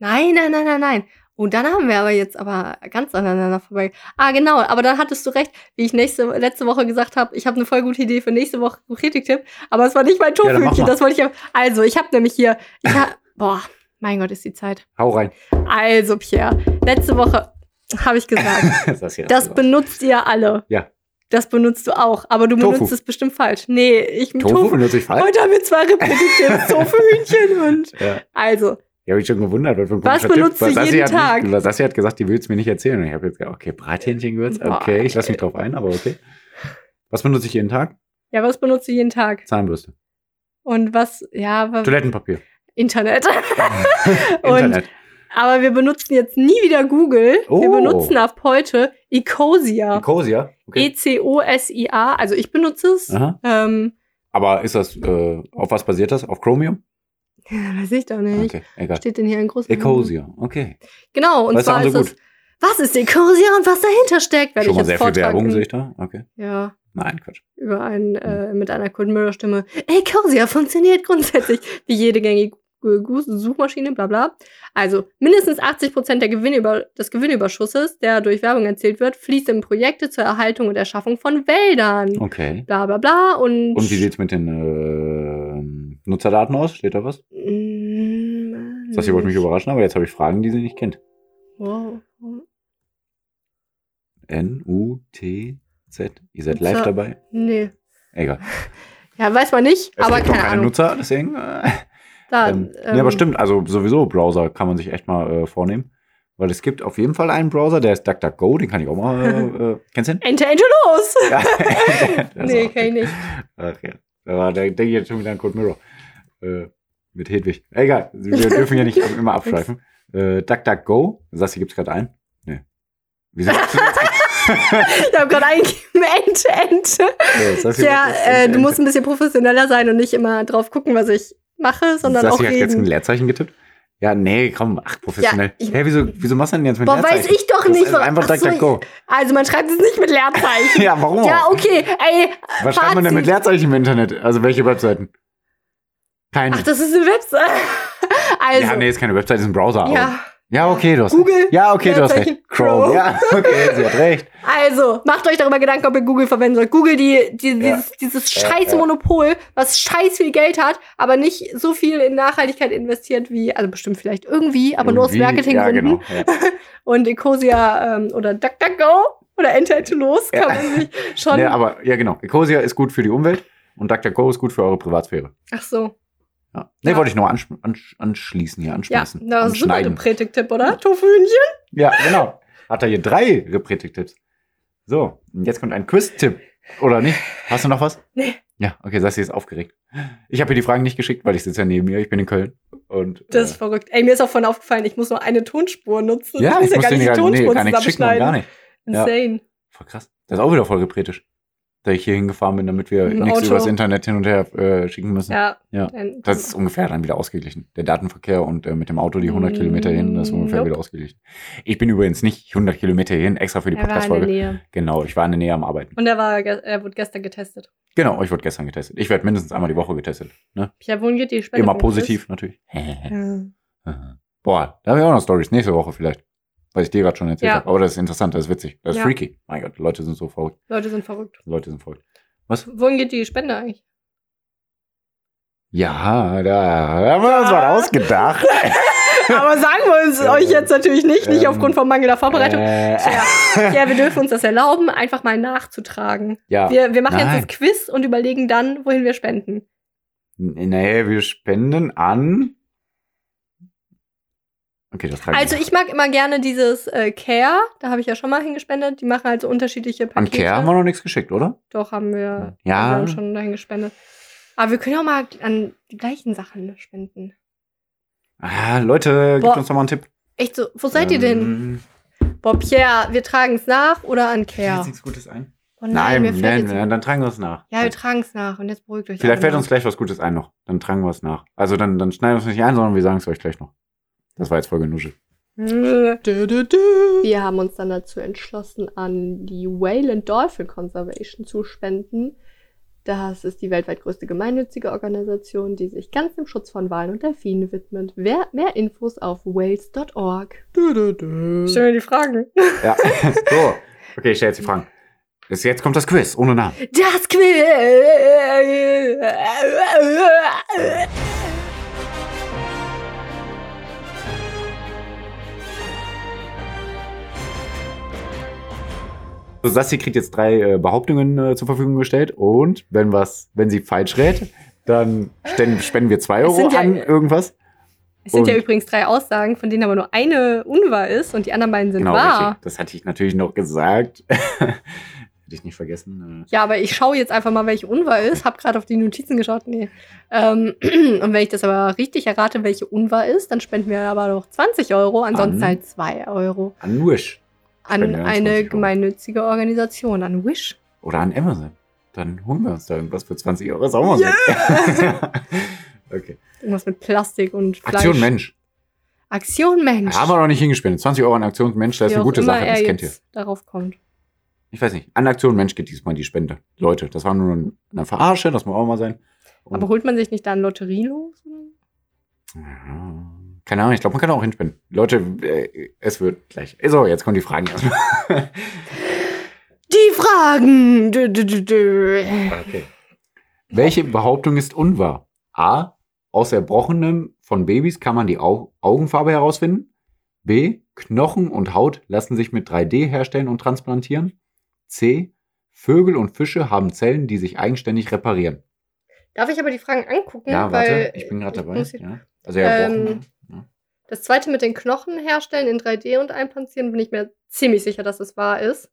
Speaker 1: Nein, nein, nein, nein, nein. Und dann haben wir aber jetzt aber ganz aneinander vorbei. Ah, genau, aber dann hattest du recht, wie ich nächste, letzte Woche gesagt habe, ich habe eine voll gute Idee für nächste Woche Kritiktipp, aber es war nicht mein
Speaker 3: dann mach
Speaker 1: Tofu-Hühnchen,
Speaker 3: mal.
Speaker 1: das wollte ich ja. Also, ich habe nämlich hier, ich
Speaker 3: [LAUGHS]
Speaker 1: ha boah, mein Gott, ist die Zeit.
Speaker 3: Hau rein. [LAUGHS]
Speaker 1: Also, Pierre, letzte Woche habe ich gesagt,
Speaker 3: [LAUGHS] das hast du jetzt
Speaker 1: das
Speaker 3: gesagt.
Speaker 1: benutzt ihr alle.
Speaker 3: Ja.
Speaker 1: Das benutzt du auch, aber du
Speaker 3: Tofu.
Speaker 1: benutzt es bestimmt falsch. Nee, ich
Speaker 3: Tofu benutze ich falsch? [LAUGHS]
Speaker 1: Heute haben wir zwei Repretik-Tipps, Tofu-Hühnchen und
Speaker 3: Ja.
Speaker 1: also,
Speaker 3: Ja, habe ich schon gewundert, was für ein
Speaker 1: Was
Speaker 3: komischer Tipp.
Speaker 1: benutzt du
Speaker 3: Sassi
Speaker 1: jeden
Speaker 3: hat nicht-
Speaker 1: Tag?
Speaker 3: Was Sassi hat gesagt, die will es mir nicht erzählen. Und ich habe jetzt gesagt, okay, Brathähnchengewürz,
Speaker 1: Boah,
Speaker 3: okay, ich lasse mich drauf ein, aber okay. Was benutze ich jeden Tag?
Speaker 1: Ja, was benutzt du jeden Tag?
Speaker 3: Zahnbürste.
Speaker 1: Und was, ja, aber
Speaker 3: Toilettenpapier. [LAUGHS]
Speaker 1: Internet.
Speaker 3: Internet.
Speaker 1: aber wir benutzen jetzt nie wieder Google. Wir
Speaker 3: Oh.
Speaker 1: benutzen ab heute Ecosia. E
Speaker 3: Nicosia? Okay.
Speaker 1: E-C-O-S-I-A. Also ich benutze es.
Speaker 3: Aha.
Speaker 1: Ähm,
Speaker 3: Aber ist das, äh, auf was basiert das? Auf Chromium?
Speaker 1: weiß ich doch nicht.
Speaker 3: Okay, egal.
Speaker 1: Steht denn hier ein großer
Speaker 3: Ecosia, okay.
Speaker 1: Genau, und
Speaker 3: Was
Speaker 1: zwar
Speaker 3: haben
Speaker 1: ist
Speaker 3: sie
Speaker 1: es. Was ist Ecosia und was dahinter steckt? Werde
Speaker 3: Schon
Speaker 1: ich
Speaker 3: mal
Speaker 1: jetzt
Speaker 3: sehr viel
Speaker 1: vortragen.
Speaker 3: Werbung sehe ich da. Okay.
Speaker 1: Ja.
Speaker 3: Nein, Quatsch.
Speaker 1: über
Speaker 3: Hm.
Speaker 1: einen äh, mit einer Kundenmörderstimme. Ey, Corsia funktioniert grundsätzlich [LAUGHS] wie jede gängige Gu- Suchmaschine, bla bla. Also mindestens 80 Prozent der Gewinnüber des Gewinnüberschusses, der durch Werbung erzielt wird, fließt in Projekte zur Erhaltung und Erschaffung von Wäldern.
Speaker 3: Okay.
Speaker 1: Bla bla bla. Und,
Speaker 3: Oh. Und wie sieht's mit den äh, Nutzerdaten aus? Steht da was?
Speaker 1: Mm,
Speaker 3: Sassi wollte mich
Speaker 1: nicht.
Speaker 3: überraschen, aber jetzt habe ich Fragen, die sie nicht kennt.
Speaker 1: Wow.
Speaker 3: N, U, T, Z. Ihr seid live
Speaker 1: Nutzer-
Speaker 3: dabei?
Speaker 1: Nee.
Speaker 3: Egal.
Speaker 1: Ja, weiß man nicht,
Speaker 3: Es
Speaker 1: aber
Speaker 3: gibt noch
Speaker 1: keine
Speaker 3: keine
Speaker 1: Ahnung.
Speaker 3: Nutzer, deswegen. Äh,
Speaker 1: Da,
Speaker 3: ähm, nee,
Speaker 1: ähm,
Speaker 3: aber stimmt, also sowieso Browser kann man sich echt mal äh, vornehmen. Weil es gibt auf jeden Fall einen Browser, der ist DuckDuckGo, den kann ich auch mal. Äh, kennst du den? [LAUGHS]
Speaker 1: Ente, Ente, los!
Speaker 3: Ja. [LAUGHS]
Speaker 1: nee, kenn ich nicht.
Speaker 3: Ach ja. Da war- da denke ich jetzt schon wieder an Code Mirror. Äh, mit Hedwig. Egal, wir dürfen
Speaker 1: [LAUGHS]
Speaker 3: ja nicht immer abschweifen. Äh, DuckDuckGo. Sassi, gibt's gerade einen? Nee.
Speaker 1: [LAUGHS]
Speaker 3: Wieso gibt's denn
Speaker 1: Ich habe gerade eingegeben, [LAUGHS] Ente, Ente.
Speaker 3: jetzt- Sassi,
Speaker 1: Tja,
Speaker 3: was ist
Speaker 1: äh,
Speaker 3: denn-
Speaker 1: du musst ein bisschen professioneller sein und nicht immer drauf gucken, was ich mache, sondern
Speaker 3: Sassi
Speaker 1: auch
Speaker 3: hat jetzt ein
Speaker 1: reden.
Speaker 3: Leerzeichen getippt? Ja, nee, komm, ach, professionell.
Speaker 1: Ja, ich-
Speaker 3: Hä, wieso, wieso machst du denn jetzt mit
Speaker 1: Boah,
Speaker 3: Leerzeichen?
Speaker 1: weiß ich doch
Speaker 3: Das
Speaker 1: nicht.
Speaker 3: ist also
Speaker 1: wa-
Speaker 3: einfach
Speaker 1: Ach so,
Speaker 3: DuckDuckGo.
Speaker 1: Also man schreibt es nicht mit
Speaker 3: [LAUGHS]
Speaker 1: Leerzeichen.
Speaker 3: Ja, warum auch?
Speaker 1: ja, okay. Ey,
Speaker 3: Was schreibt man denn mit
Speaker 1: Fazit.
Speaker 3: Leerzeichen im Internet? Also welche Webseiten? Keine.
Speaker 1: ach, das ist eine [LAUGHS] Webseite. Also,
Speaker 3: ja, nee, ist keine Webseite, ist ein Browser.
Speaker 1: ja.
Speaker 3: ja okay, du hast
Speaker 1: Google,
Speaker 3: Ja, okay, du hast recht.
Speaker 1: Leerzeichen, Chrome.
Speaker 3: Ja, okay, sie hat recht.
Speaker 1: Also, macht euch darüber Gedanken, ob ihr Google verwenden sollt. Google, die, die
Speaker 3: Ja.
Speaker 1: dieses, dieses
Speaker 3: Ja,
Speaker 1: scheiß
Speaker 3: ja.
Speaker 1: Monopol, was scheiß viel Geld hat, aber nicht so viel in Nachhaltigkeit investiert wie, also bestimmt vielleicht irgendwie, aber nur aus
Speaker 3: Irgendwie- Ja,
Speaker 1: Marketinggründen.
Speaker 3: genau. Ja.
Speaker 1: [LAUGHS] Und Ecosia ähm, oder DuckDuckGo oder Enter into Los kann
Speaker 3: Ja.
Speaker 1: man sich schon.
Speaker 3: Ja, aber ja, genau. Ecosia ist gut für die Umwelt und DuckDuckGo ist gut für eure Privatsphäre.
Speaker 1: Ach so.
Speaker 3: Ja. Ne,
Speaker 1: Ja.
Speaker 3: wollte ich nur ansch ansch anschließen hier,
Speaker 1: Ja,
Speaker 3: anschmeißen.
Speaker 1: na, super der
Speaker 3: anschneiden.
Speaker 1: Predigtipp, oder? Tofuhühnchen?
Speaker 3: Ja, genau. Hat er hier drei Repretik-Tipps. So, und jetzt kommt ein Quiz-Tipp. Oder nicht? Hast du noch was?
Speaker 1: Nee.
Speaker 3: Ja, okay, Sassi ist aufgeregt. Ich habe ihr die Fragen nicht geschickt, weil ich sitze ja neben ihr. Ich bin in Köln. Und, äh,
Speaker 1: Das ist verrückt. Ey, mir ist auch vorhin aufgefallen, ich muss nur eine Tonspur nutzen.
Speaker 3: äh, ja, ich
Speaker 1: muss
Speaker 3: muss dir
Speaker 1: die
Speaker 3: gar, nee,
Speaker 1: Tonspur
Speaker 3: gar nichts schicken und
Speaker 1: zusammenschneiden.
Speaker 3: gar nicht. ja.
Speaker 1: Insane.
Speaker 3: Voll krass. Das ist auch wieder voll repretisch. Da ich hier hingefahren bin, damit wir
Speaker 1: Im
Speaker 3: nichts
Speaker 1: Auto.
Speaker 3: übers Internet hin und her äh, schicken müssen.
Speaker 1: Ja.
Speaker 3: Ja.
Speaker 1: Dann-
Speaker 3: Das ist ungefähr dann wieder ausgeglichen. Der Datenverkehr und äh, mit dem Auto die 100
Speaker 1: Mm,
Speaker 3: Kilometer hin, das ist ungefähr
Speaker 1: nope.
Speaker 3: wieder ausgeglichen. Ich bin übrigens nicht 100 Kilometer hin, extra für die
Speaker 1: er war in der
Speaker 3: Podcast-Folge.
Speaker 1: Nähe.
Speaker 3: Genau, ich war in der Nähe am Arbeiten.
Speaker 1: Und er, war, ge- er wurde gestern getestet.
Speaker 3: Genau, ich wurde gestern getestet. Ich werde mindestens einmal die Woche getestet. Ne?
Speaker 1: Pia, wohin geht die Spende?
Speaker 3: Immer positiv natürlich. [LAUGHS]
Speaker 1: Ja.
Speaker 3: Boah, da habe ich auch noch Stories. Nächste Woche vielleicht. Weil ich dir gerade schon erzählt
Speaker 1: Ja.
Speaker 3: habe. Aber das ist interessant, das ist witzig. Das ist
Speaker 1: Ja.
Speaker 3: freaky. Mein Gott, Leute sind so verrückt.
Speaker 1: Leute sind verrückt.
Speaker 3: Leute sind verrückt.
Speaker 1: Wohin geht die Spende eigentlich?
Speaker 3: Ja, da haben wir uns
Speaker 1: Ja.
Speaker 3: was ausgedacht.
Speaker 1: [LAUGHS] Aber sagen wir uns
Speaker 3: Ähm,
Speaker 1: euch jetzt natürlich nicht, nicht
Speaker 3: ähm,
Speaker 1: aufgrund von mangelnder [LAUGHS] Vorbereitung.
Speaker 3: Äh,
Speaker 1: Tja, ja, wir dürfen uns das erlauben, einfach mal nachzutragen.
Speaker 3: [LAUGHS] ja.
Speaker 1: Wir, wir machen
Speaker 3: Ah. Nein.
Speaker 1: jetzt das Quiz und überlegen dann, wohin wir spenden.
Speaker 3: N- Nee, wir spenden an. Okay, das trage
Speaker 1: Also
Speaker 3: ich.
Speaker 1: ich mag immer gerne dieses äh, Care, da habe ich ja schon mal hingespendet. Die machen halt so unterschiedliche
Speaker 3: An
Speaker 1: Pakete.
Speaker 3: Care haben wir noch nichts geschickt, oder?
Speaker 1: Doch, haben wir,
Speaker 3: Ja.
Speaker 1: wir haben schon dahin gespendet. Aber wir können ja auch mal an die gleichen Sachen spenden.
Speaker 3: Ah, Leute,
Speaker 1: Boah.
Speaker 3: gebt uns doch mal einen Tipp.
Speaker 1: Echt so, wo seid ihr denn?
Speaker 3: Ähm,
Speaker 1: Bob, Pierre, wir tragen es nach oder an
Speaker 3: fällt Jetzt
Speaker 1: Care?
Speaker 3: nichts Gutes ein.
Speaker 1: Oh
Speaker 3: Nein,
Speaker 1: mir
Speaker 3: nein,
Speaker 1: fällt jetzt-
Speaker 3: nein, dann tragen wir es nach.
Speaker 1: Ja, wir tragen es nach und jetzt beruhigt euch.
Speaker 3: Vielleicht
Speaker 1: alle
Speaker 3: fällt
Speaker 1: mal.
Speaker 3: uns gleich was Gutes ein noch. Dann tragen wir es nach. Also dann, dann schneiden wir es nicht ein, sondern wir sagen es euch gleich noch. Das war jetzt voll genug.
Speaker 1: Wir haben uns dann dazu entschlossen, an die Whale and Dolphin Conservation zu spenden. Das ist die weltweit größte gemeinnützige Organisation, die sich ganz dem Schutz von Walen und Delfinen widmet. Wer mehr Infos auf whales.org.
Speaker 3: Ja.
Speaker 1: die Fragen.
Speaker 3: [LAUGHS] So. Okay, ich stelle jetzt die Fragen. Bis Jetzt kommt das Quiz ohne Namen.
Speaker 1: Das Quiz!
Speaker 3: So, Sassi kriegt jetzt drei äh, Behauptungen äh, zur Verfügung gestellt und wenn was, wenn sie falsch rät, dann stellen, spenden wir zwei
Speaker 1: Es
Speaker 3: Euro
Speaker 1: sind ja- äh,
Speaker 3: an irgendwas.
Speaker 1: Es sind ja
Speaker 3: Und-
Speaker 1: übrigens drei Aussagen, von denen aber nur eine unwahr ist und die anderen beiden sind wahr.
Speaker 3: Genau, richtig. Das hatte ich natürlich noch gesagt. [LAUGHS] Hätte ich nicht vergessen. äh,
Speaker 1: Ja, aber ich schaue jetzt einfach mal, welche unwahr ist. Hab gerade auf die Notizen geschaut. Nee. Ähm, [CLEARS THROAT] und wenn ich das aber richtig errate, welche unwahr ist, dann spenden wir aber noch 20 Euro, ansonsten
Speaker 3: An?
Speaker 1: halt 2 Euro
Speaker 3: äh, An Wish
Speaker 1: an
Speaker 3: Spenden wir uns
Speaker 1: eine
Speaker 3: 20 Euro.
Speaker 1: gemeinnützige Organisation, an Wish.
Speaker 3: oder an Amazon. Dann holen wir uns da irgendwas für 20 Euro. Sauber. [LAUGHS] okay.
Speaker 1: Irgendwas mit Plastik und Fleisch.
Speaker 3: Aktion Mensch.
Speaker 1: Aktion Mensch.
Speaker 3: Haben wir noch nicht hingespendet. 20 Euro an Aktion Mensch, das ist
Speaker 1: Wie
Speaker 3: eine
Speaker 1: auch
Speaker 3: gute
Speaker 1: immer
Speaker 3: Sache.
Speaker 1: er
Speaker 3: Das kennt ihr.
Speaker 1: jetzt Darauf kommt.
Speaker 3: Ich weiß nicht. An Aktion Mensch geht diesmal die Spende. Leute, das war nur eine Verarsche. Das muss auch mal sein. Und-
Speaker 1: Aber holt man sich nicht da ein Lotterielos?
Speaker 3: Ja. Keine Ahnung, ich glaube, man kann auch hinspinnen. Leute, äh, es wird gleich. So, jetzt kommen die Fragen erstmal.
Speaker 1: Die Fragen! Dö, dö, dö, dö.
Speaker 3: Okay. Welche Behauptung ist unwahr? A. Aus Erbrochenem von Babys kann man die Au Augenfarbe herausfinden. B. Knochen und Haut lassen sich mit 3D herstellen und transplantieren. C. Vögel und Fische haben Zellen, die sich eigenständig reparieren.
Speaker 1: Darf ich aber die Fragen angucken?
Speaker 3: Ja,
Speaker 1: Weil
Speaker 3: warte, ich bin gerade dabei.
Speaker 1: muss Ähm, hier-
Speaker 3: Ja. Also erbrochen. ja.
Speaker 1: Das zweite mit den Knochen herstellen in 3D und einpanzieren, bin ich mir ziemlich sicher, dass es wahr ist.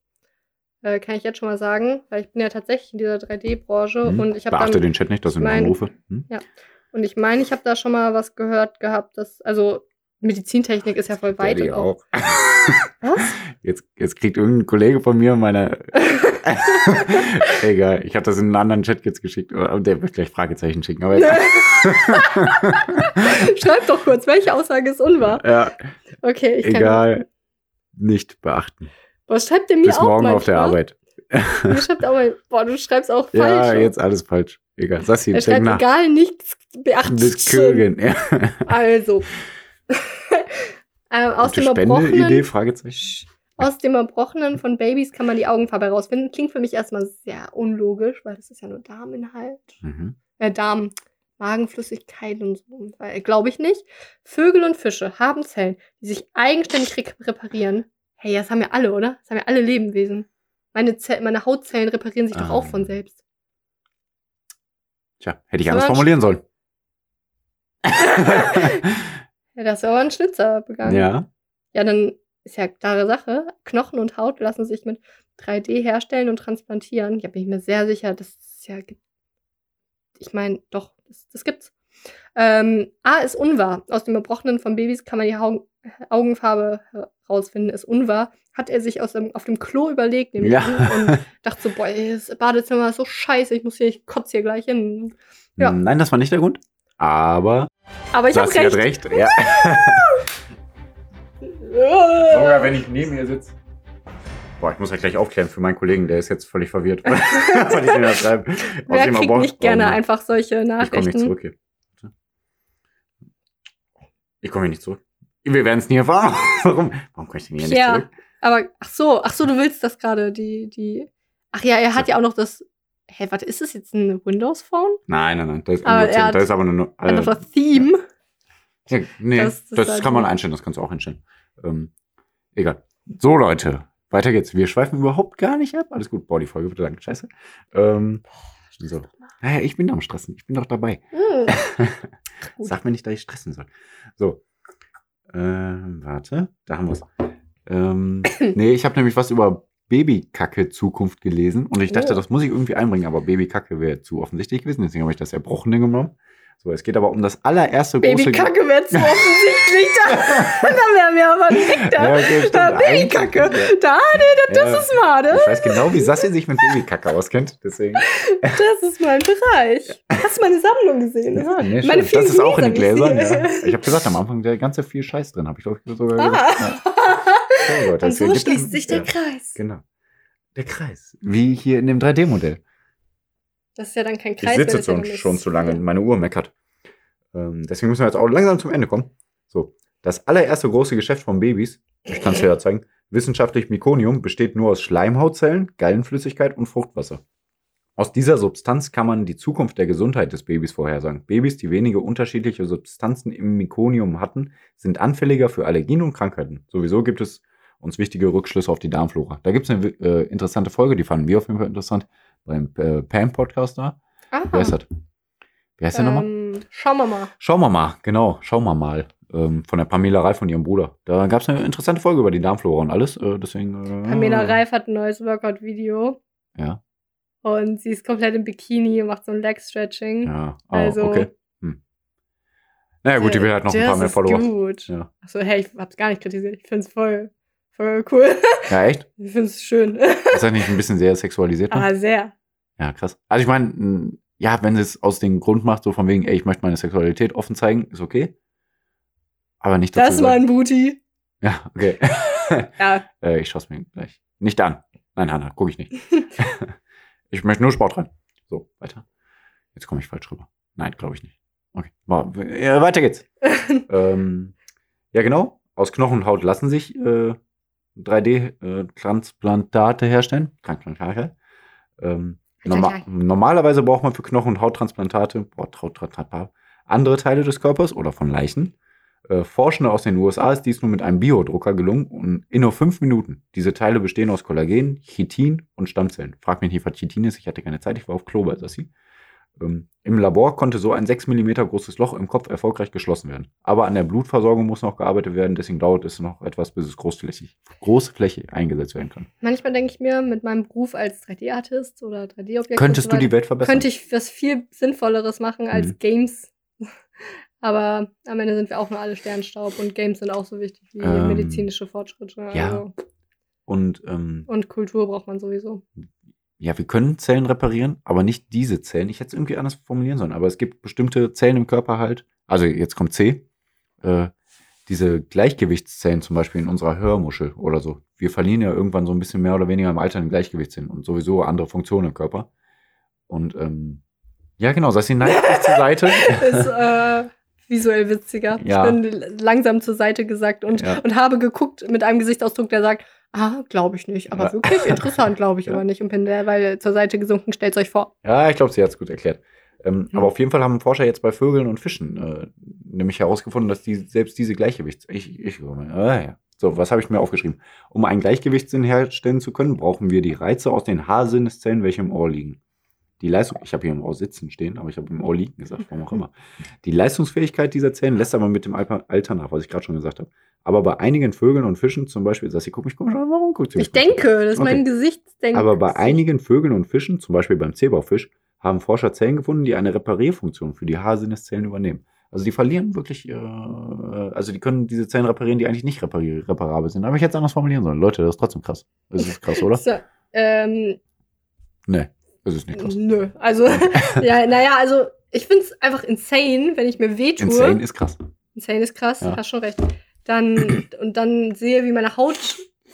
Speaker 1: Äh, kann ich jetzt schon mal sagen, weil ich bin ja tatsächlich in dieser 3D-Branche
Speaker 3: Hm?
Speaker 1: und ich habe
Speaker 3: Beachte
Speaker 1: dann-
Speaker 3: den Chat nicht, das sind
Speaker 1: mein-
Speaker 3: Anrufe. Hm?
Speaker 1: und ich meine, ich habe da schon mal was gehört gehabt, dass also Medizintechnik ist ja voll weit.
Speaker 3: Daddy
Speaker 1: und [LAUGHS] auch- Was?
Speaker 3: [LAUGHS] Jetzt, jetzt kriegt irgendein Kollege von
Speaker 1: [LAUGHS]
Speaker 3: mir meine. Egal, ich habe das in einen anderen Chat jetzt geschickt. aber Der wird gleich Fragezeichen schicken. Aber
Speaker 1: [LAUGHS] Schreib doch kurz, welche Aussage ist unwahr?
Speaker 3: ja,
Speaker 1: Okay, ich kann.
Speaker 3: egal. Nicht beachten.
Speaker 1: Was schreibt ihr mir
Speaker 3: Bis
Speaker 1: auch
Speaker 3: morgen auf
Speaker 1: manchmal?
Speaker 3: der Arbeit.
Speaker 1: Ihr schreibt auch mal, boah, du schreibst auch falsch.
Speaker 3: Ja, jetzt alles falsch. Egal. Sassi,
Speaker 1: er
Speaker 3: check
Speaker 1: schreibt
Speaker 3: nach.
Speaker 1: egal nichts
Speaker 3: Des
Speaker 1: beachtet.
Speaker 3: Kögen. Ja. [LAUGHS]
Speaker 1: Also. [LAUGHS] ähm, aus
Speaker 3: Gute
Speaker 1: dem erbrochenen
Speaker 3: Spendeidee? Fragezeichen.
Speaker 1: Aus dem Erbrochenen von Babys kann man die Augenfarbe herausfinden. Klingt für mich erstmal sehr unlogisch, weil das ist ja nur Darminhalt.
Speaker 3: Mhm.
Speaker 1: Äh, Darm, Magenflüssigkeit und so. Äh, Glaube ich nicht. Vögel und Fische haben Zellen, die sich eigenständig re- reparieren. Hey, das haben ja alle, oder? Das haben ja alle Lebewesen. Meine, Zell- meine Hautzellen reparieren sich doch
Speaker 3: Ah.
Speaker 1: auch von selbst.
Speaker 3: Tja, hätte ich
Speaker 1: Zum
Speaker 3: anders
Speaker 1: Beispiel- [LAUGHS]
Speaker 3: formulieren sollen. [LAUGHS]
Speaker 1: Ja, das ist aber ein Schnitzer begangen.
Speaker 3: ja.
Speaker 1: Ja, dann ist ja klare Sache. Knochen und Haut lassen sich mit 3D herstellen und transplantieren. Ja, bin ich mir sehr sicher, das ist ja. ge- Ich meine, doch, das, das gibt's. Ähm, A ist unwahr. Aus dem Erbrochenen von Babys kann man die Augen, Augenfarbe herausfinden, ist unwahr. Hat er sich aus dem, auf dem Klo überlegt, nämlich und
Speaker 3: [LAUGHS] ja.
Speaker 1: dachte so, boah, ey, das Badezimmer ist so scheiße, ich muss hier, ich kotze hier gleich hin. Ja.
Speaker 3: Nein, das war nicht der Grund. Aber
Speaker 1: Aber ich hab
Speaker 3: Sassi
Speaker 1: recht.
Speaker 3: hat recht. Ja. Sogar wenn ich neben ihr sitze. Boah, ich muss ja gleich aufklären für meinen Kollegen, der ist jetzt völlig verwirrt. [LAUGHS] weil ich den da schreibe.
Speaker 1: Wer
Speaker 3: Außerdem
Speaker 1: kriegt
Speaker 3: aber-
Speaker 1: nicht gerne
Speaker 3: Oh,
Speaker 1: einfach solche
Speaker 3: Ich komme nicht
Speaker 1: Nachrichten?
Speaker 3: zurück hier. Warte. Ich komme hier nicht zurück. Wir werden es nie erfahren. [LAUGHS] Warum? Warum komme ich denn hier nicht
Speaker 1: Ja.
Speaker 3: zurück?
Speaker 1: Aber ach so, ach so, du willst das gerade, die, die. Ach ja, er hat ja auch noch das. Hä, warte, ist das jetzt ein Windows-Phone?
Speaker 3: Nein, nein, nein. Da ist,
Speaker 1: Aber
Speaker 3: aber
Speaker 1: er hat-
Speaker 3: da ist aber nur.
Speaker 1: Äh,
Speaker 3: Äh,
Speaker 1: das Theme.
Speaker 3: ja, nee,
Speaker 1: das- halt
Speaker 3: das,
Speaker 1: das war
Speaker 3: kann man
Speaker 1: die-
Speaker 3: einstellen, das kannst du auch einstellen. Ähm, egal. So, Leute, weiter geht's. Wir schweifen überhaupt gar nicht ab. Alles gut. Boah, die Folge wird lang. Scheiße. Ähm, so. Naja, ich bin am Stressen. Ich bin doch dabei.
Speaker 1: Hm. Gut.
Speaker 3: Sag mir nicht, dass ich stressen soll. So. Ähm, warte, da haben wir es.
Speaker 1: [COUGHS]
Speaker 3: Ähm, nee, ich habe nämlich was über Babykacke-Zukunft gelesen und ich dachte,
Speaker 1: Oh.
Speaker 3: das muss ich irgendwie einbringen, aber Babykacke wäre zu offensichtlich gewesen, deswegen habe ich das Erbrochene genommen. So, es geht aber um das allererste große.
Speaker 1: Babykacke
Speaker 3: [LAUGHS]
Speaker 1: wäre zu offensichtlich. Da, da wäre mir aber direkt
Speaker 3: Ja,
Speaker 1: da.
Speaker 3: okay, stimmt.
Speaker 1: da Babykacke.
Speaker 3: Eigentlich,
Speaker 1: Da,
Speaker 3: ja.
Speaker 1: das ist mal,
Speaker 3: Ich weiß genau, wie Sassi sich mit Babykacke auskennt, deswegen.
Speaker 1: das ist mein Bereich. Hast du meine Sammlung gesehen?
Speaker 3: Ja, nee,
Speaker 1: Meine
Speaker 3: stimmt.
Speaker 1: vielen
Speaker 3: das ist auch in den
Speaker 1: Gläser,
Speaker 3: Gläsern.
Speaker 1: die ich
Speaker 3: Ja.
Speaker 1: [LAUGHS] sehe.
Speaker 3: Ich habe gesagt, am Anfang der ganze viel Scheiß drin, habe ich glaube ich sogar gesagt. Ja.
Speaker 1: Ah.
Speaker 3: So,
Speaker 1: [LAUGHS]
Speaker 3: Leute,
Speaker 1: Und
Speaker 3: es
Speaker 1: so
Speaker 3: gibt-
Speaker 1: schließt sich der
Speaker 3: ja.
Speaker 1: Kreis.
Speaker 3: Genau. Der Kreis. Wie hier in dem 3D-Modell.
Speaker 1: Das ist ja dann kein
Speaker 3: Ich
Speaker 1: Kreis.
Speaker 3: sitze
Speaker 1: wenn das ja
Speaker 3: schon,
Speaker 1: dann das-
Speaker 3: schon zu lange, meine Uhr meckert. Ähm, deswegen müssen wir jetzt auch langsam zum Ende kommen. So, das allererste große Geschäft von Babys, ich kann es ja zeigen, wissenschaftlich Mykonium, besteht nur aus Schleimhautzellen, Gallenflüssigkeit und Fruchtwasser. Aus dieser Substanz kann man die Zukunft der Gesundheit des Babys vorhersagen. Babys, die wenige unterschiedliche Substanzen im Mykonium hatten, sind anfälliger für Allergien und Krankheiten. Sowieso gibt es uns wichtige Rückschlüsse auf die Darmflora. Da gibt es eine äh, interessante Folge, die fanden wir auf jeden Fall interessant, beim äh, Pam-Podcast da.
Speaker 1: Ah,
Speaker 3: Wer ist das? Wer ist der nochmal?
Speaker 1: ähm, Schauen wir mal.
Speaker 3: Schauen wir mal, genau, schauen wir mal. ähm, von der Pamela Reif und ihrem Bruder. Da gab es eine interessante Folge über die Darmflora und alles. Äh, deswegen. Äh,
Speaker 1: Pamela Reif hat ein neues Workout-Video
Speaker 3: Ja,
Speaker 1: und sie ist komplett im Bikini und macht so ein Leg-Stretching.
Speaker 3: ja. Oh,
Speaker 1: Also- äh,
Speaker 3: okay. Hm. Naja, gut, die will halt noch ein
Speaker 1: Das
Speaker 3: paar mehr
Speaker 1: ist
Speaker 3: Follower.
Speaker 1: Gut.
Speaker 3: Ja.
Speaker 1: Achso, hey, ich hab's gar nicht kritisiert. Ich find's voll, voll cool. [LAUGHS]
Speaker 3: ja, echt?
Speaker 1: Ich find's schön. [LAUGHS]
Speaker 3: Ist das nicht ein bisschen sehr sexualisiert? Ne?
Speaker 1: Aber sehr.
Speaker 3: Ja, krass. Also ich meine, ja, wenn sie es aus dem Grund macht, so von wegen, ey, ich möchte meine Sexualität offen zeigen, ist okay. Aber nicht dazu.
Speaker 1: Das war ein Booty.
Speaker 3: ja, okay.
Speaker 1: Ja,
Speaker 3: Äh, ich schaue es mir gleich nicht an. Nein, Hanna, gucke ich nicht. ich möchte nur Sport rein. So, weiter. Jetzt komme ich falsch rüber. Nein, glaube ich nicht. Okay, war, äh, weiter geht's. ähm, ja, genau. Aus Knochen und Haut lassen sich äh, 3D-Transplantate herstellen. Transplantate. Ähm, norma normalerweise braucht man für Knochen- und Hauttransplantate boah, Haut, Haut, Haut, Haut, andere Teile des Körpers oder von Leichen. Äh, Forschende aus den USA ist dies nun mit einem Biodrucker gelungen und in nur fünf Minuten. Diese Teile bestehen aus Kollagen, Chitin und Stammzellen. Frag mich nicht, was Chitin ist, ich hatte keine Zeit, ich war auf Klo bei Sassi. Ähm, Im Labor konnte so ein 6 mm großes Loch im Kopf erfolgreich geschlossen werden. Aber an der Blutversorgung muss noch gearbeitet werden, deswegen dauert es noch etwas, bis es großflächig, großflächig eingesetzt werden kann.
Speaker 1: manchmal denke ich mir, mit meinem Beruf als 3D-Artist oder 3D-Objekt.
Speaker 3: Könntest du die Welt verbessern?
Speaker 1: Könnte ich was viel Sinnvolleres machen als
Speaker 3: Mhm.
Speaker 1: Games. [LAUGHS] Aber am Ende sind wir auch nur alle Sternstaub und Games sind auch so wichtig wie
Speaker 3: Ähm,
Speaker 1: medizinische Fortschritte.
Speaker 3: ja.
Speaker 1: Also.
Speaker 3: Und ähm,
Speaker 1: Und Kultur braucht man sowieso.
Speaker 3: ja, wir können Zellen reparieren, aber nicht diese Zellen. Ich hätte es irgendwie anders formulieren sollen, aber es gibt bestimmte Zellen im Körper halt. Also jetzt kommt C. Äh, diese Gleichgewichtszellen zum Beispiel in unserer Hörmuschel oder so. Wir verlieren ja irgendwann so ein bisschen mehr oder weniger im Alter den Gleichgewichtssinn und sowieso andere Funktionen im Körper. Und ähm, ja, genau, Sassi neigt sich zur Seite. [LAUGHS]
Speaker 1: Ist äh, visuell witziger.
Speaker 3: Ja.
Speaker 1: Ich bin langsam zur Seite gesagt und,
Speaker 3: Ja.
Speaker 1: und habe geguckt mit einem Gesichtsausdruck, der sagt, ah, glaube ich nicht. Aber
Speaker 3: Ja.
Speaker 1: wirklich interessant, glaube ich
Speaker 3: [LAUGHS] Ja.
Speaker 1: aber nicht. Und bin derweil zur Seite gesunken, stellt euch vor.
Speaker 3: Ja, ich glaube, sie hat es gut erklärt. Ähm,
Speaker 1: Mhm.
Speaker 3: Aber auf jeden Fall haben Forscher jetzt bei Vögeln und Fischen äh, nämlich herausgefunden, dass die selbst diese Gleichgewichts... Ich, ich, ah, ja. So, was habe ich mir aufgeschrieben? Um einen Gleichgewichtssinn herstellen zu können, brauchen wir die Reize aus den Haarsinneszellen, welche im Ohr liegen. Die Leistung, ich habe hier im Ohr sitzen stehen, aber ich habe im Ohr liegen gesagt, warum auch immer. Die Leistungsfähigkeit dieser Zellen lässt aber mit dem Alper- Alter nach, was ich gerade schon gesagt habe. Aber bei einigen Vögeln und Fischen zum Beispiel, Sassi, guck mich komisch an, warum guckt sie mich
Speaker 1: Ich
Speaker 3: komisch an?
Speaker 1: denke, das ist
Speaker 3: Okay.
Speaker 1: mein Gesichtsdenken.
Speaker 3: Aber bei einigen Vögeln und Fischen, zum Beispiel beim Zebrafisch, haben Forscher Zellen gefunden, die eine Reparierfunktion für die Haarsinneszellen übernehmen. Also die verlieren wirklich, äh, also die können diese Zellen reparieren, die eigentlich nicht reparier- reparabel sind. Habe ich jetzt anders formulieren sollen. Leute, das ist trotzdem krass. Es ist krass,
Speaker 1: [LAUGHS]
Speaker 3: oder?
Speaker 1: So, ähm,
Speaker 3: Nee, es ist nicht krass.
Speaker 1: nö. Also, [LAUGHS] ja, naja, also ich finde es einfach insane, wenn ich mir weh tue.
Speaker 3: Insane ist krass.
Speaker 1: Insane ist krass,
Speaker 3: Ja.
Speaker 1: hast schon recht. Dann, und dann sehe, wie meine Haut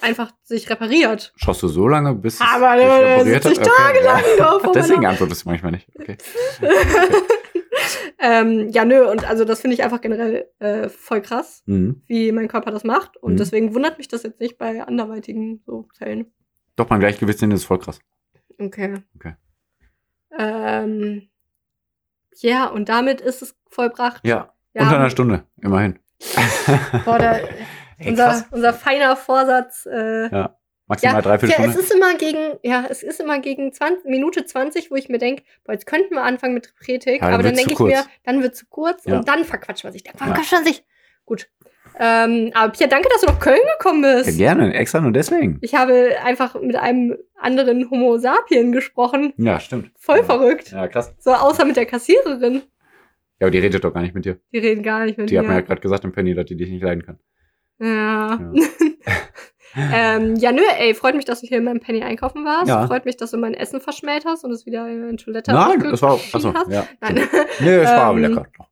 Speaker 1: einfach sich repariert.
Speaker 3: Schaust du so lange, bis
Speaker 1: Aber
Speaker 3: dich
Speaker 1: äh,
Speaker 3: repariert hat?
Speaker 1: 70 Tage
Speaker 3: Okay, ja.
Speaker 1: lang drauf. auf
Speaker 3: [LAUGHS] Deswegen
Speaker 1: meiner-
Speaker 3: antwortest du manchmal nicht. Okay.
Speaker 1: ähm, ja, nö, und also das finde ich einfach generell äh, voll krass,
Speaker 3: Mhm.
Speaker 1: wie mein Körper das macht. Und
Speaker 3: Mhm.
Speaker 1: deswegen wundert mich das jetzt nicht bei anderweitigen so Zellen.
Speaker 3: Doch, beim Gleichgewichtssinn ist es voll krass.
Speaker 1: Okay.
Speaker 3: Okay.
Speaker 1: Ähm, ja, und damit ist es vollbracht.
Speaker 3: Ja,
Speaker 1: Ja,
Speaker 3: unter einer Stunde, immerhin.
Speaker 1: boah, da,
Speaker 3: Ey,
Speaker 1: unser,
Speaker 3: krass.
Speaker 1: unser feiner Vorsatz. Äh,
Speaker 3: Maximal
Speaker 1: ja,
Speaker 3: dreiviertel
Speaker 1: ja,
Speaker 3: Stunde.
Speaker 1: es ist immer gegen, ja, es ist immer gegen 20, Minute 20, wo ich mir denke, boah, jetzt könnten wir anfangen mit Kritik,
Speaker 3: Ja, dann
Speaker 1: aber dann
Speaker 3: wird's
Speaker 1: denke ich
Speaker 3: zu
Speaker 1: mir,
Speaker 3: kurz.
Speaker 1: dann wird zu kurz
Speaker 3: Ja.
Speaker 1: und dann verquatscht man sich. Dann
Speaker 3: Ja.
Speaker 1: verquatscht man sich. Gut. Ähm, aber Pia, danke, dass du nach Köln gekommen
Speaker 3: Ja,
Speaker 1: bist.
Speaker 3: gerne, extra nur deswegen.
Speaker 1: ich habe einfach mit einem anderen Homo sapien gesprochen.
Speaker 3: Ja, stimmt.
Speaker 1: Voll
Speaker 3: ja.
Speaker 1: verrückt.
Speaker 3: Ja, krass.
Speaker 1: So, außer mit der Kassiererin.
Speaker 3: Ja, aber die redet doch gar nicht mit dir.
Speaker 1: Die reden gar nicht mit
Speaker 3: Die hat mir ja
Speaker 1: mir.
Speaker 3: gerade gesagt im Penny, dass die dich nicht leiden kann.
Speaker 1: Ja. [LAUGHS]
Speaker 3: [LAUGHS]
Speaker 1: ähm, ja, nö, ey, freut mich, dass du hier in meinem Penny einkaufen warst.
Speaker 3: Ja.
Speaker 1: Freut mich, dass du mein Essen verschmäht hast und es wieder in die Toilette
Speaker 3: Nein,
Speaker 1: aufge-
Speaker 3: es war. also,
Speaker 1: geschieden
Speaker 3: Achso,
Speaker 1: hast.
Speaker 3: ja.
Speaker 1: Nein. [LAUGHS]
Speaker 3: Nee, es war aber
Speaker 1: Ähm,
Speaker 3: lecker. Doch,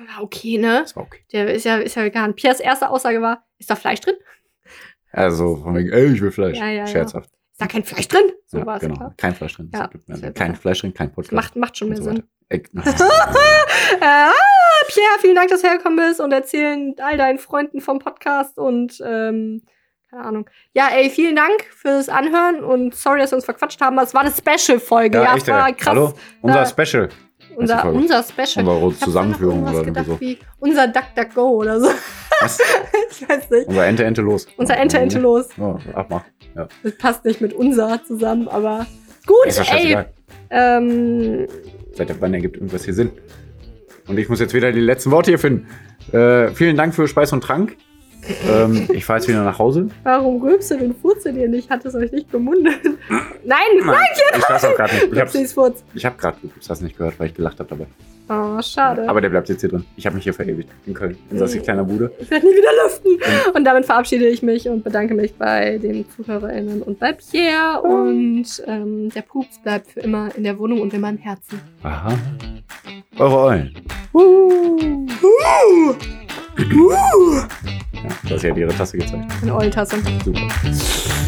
Speaker 1: War okay, ne?
Speaker 3: Es war okay.
Speaker 1: Der ist ja, ist ja vegan. Pias erste Aussage war, ist da Fleisch drin?
Speaker 3: Also von wegen, ey, ich will Fleisch.
Speaker 1: Ja, ja, ja.
Speaker 3: Scherzhaft.
Speaker 1: Ist da kein Fleisch drin? So
Speaker 3: ja,
Speaker 1: war es
Speaker 3: genau.
Speaker 1: klar.
Speaker 3: Kein Fleisch drin.
Speaker 1: Ja,
Speaker 3: Es gibt mehr-
Speaker 1: das wär
Speaker 3: kein
Speaker 1: besser.
Speaker 3: Fleisch drin, kein Podcast.
Speaker 1: Macht, macht schon
Speaker 3: und
Speaker 1: mehr
Speaker 3: so
Speaker 1: Sinn. [LAUGHS]
Speaker 3: weiter.
Speaker 1: Äh, ah, Pierre, vielen Dank, dass du hergekommen bist und erzählen all deinen Freunden vom Podcast und ähm, keine Ahnung. Ja, ey, vielen Dank fürs Anhören und sorry, dass wir uns verquatscht haben. aber Es war eine Special-Folge.
Speaker 3: Ja,
Speaker 1: Ja,
Speaker 3: echt,
Speaker 1: es war
Speaker 3: ey.
Speaker 1: krass.
Speaker 3: Hallo, unser
Speaker 1: Ja.
Speaker 3: Special,
Speaker 1: Unser,
Speaker 3: Folge.
Speaker 1: unser Special. Ich
Speaker 3: unsere
Speaker 1: hab's dann noch
Speaker 3: Zusammenführung
Speaker 1: irgendwas
Speaker 3: oder irgendwie so.
Speaker 1: gedacht wie unser DuckDuckGo oder so. [LAUGHS]
Speaker 3: Was?
Speaker 1: Ich weiß nicht.
Speaker 3: Unser Ente, Ente los. Mhm.
Speaker 1: Unser Ente, Ente los.
Speaker 3: Ja, ach, mach. Ja.
Speaker 1: Das passt nicht mit unser zusammen, aber gut,
Speaker 3: Ist doch
Speaker 1: ey.
Speaker 3: scheißegal.
Speaker 1: Ähm,
Speaker 3: Seit wann ergibt irgendwas hier Sinn? Und ich muss jetzt wieder die letzten Worte hier finden. Äh, vielen Dank für Speis und Trank. ähm, ich fahre jetzt wieder nach Hause.
Speaker 1: Warum rülpset und furzet ihr nicht? Hat es euch nicht gemundet? [LAUGHS] Nein, nein!
Speaker 3: Ich weiß auch gerade nicht. Ich hab's,
Speaker 1: Upsis, Furz.
Speaker 3: ich hab gerade ich hab's nicht gehört, weil ich gelacht habe dabei.
Speaker 1: Oh, schade.
Speaker 3: Aber der bleibt jetzt hier drin. Ich habe mich hier verewigt. In Köln. In Sassi kleiner Bude.
Speaker 1: ich werde nie wieder lüften. Und damit verabschiede ich mich und bedanke mich bei den ZuhörerInnen und bei Pierre. Und ähm, der Pups bleibt für immer in der Wohnung und immer im Herzen.
Speaker 3: Aha. Eure Eulen.
Speaker 1: Uh,
Speaker 3: Ja, das hat ihre Tasse gezeigt.
Speaker 1: eine Eulentasse.
Speaker 3: Super.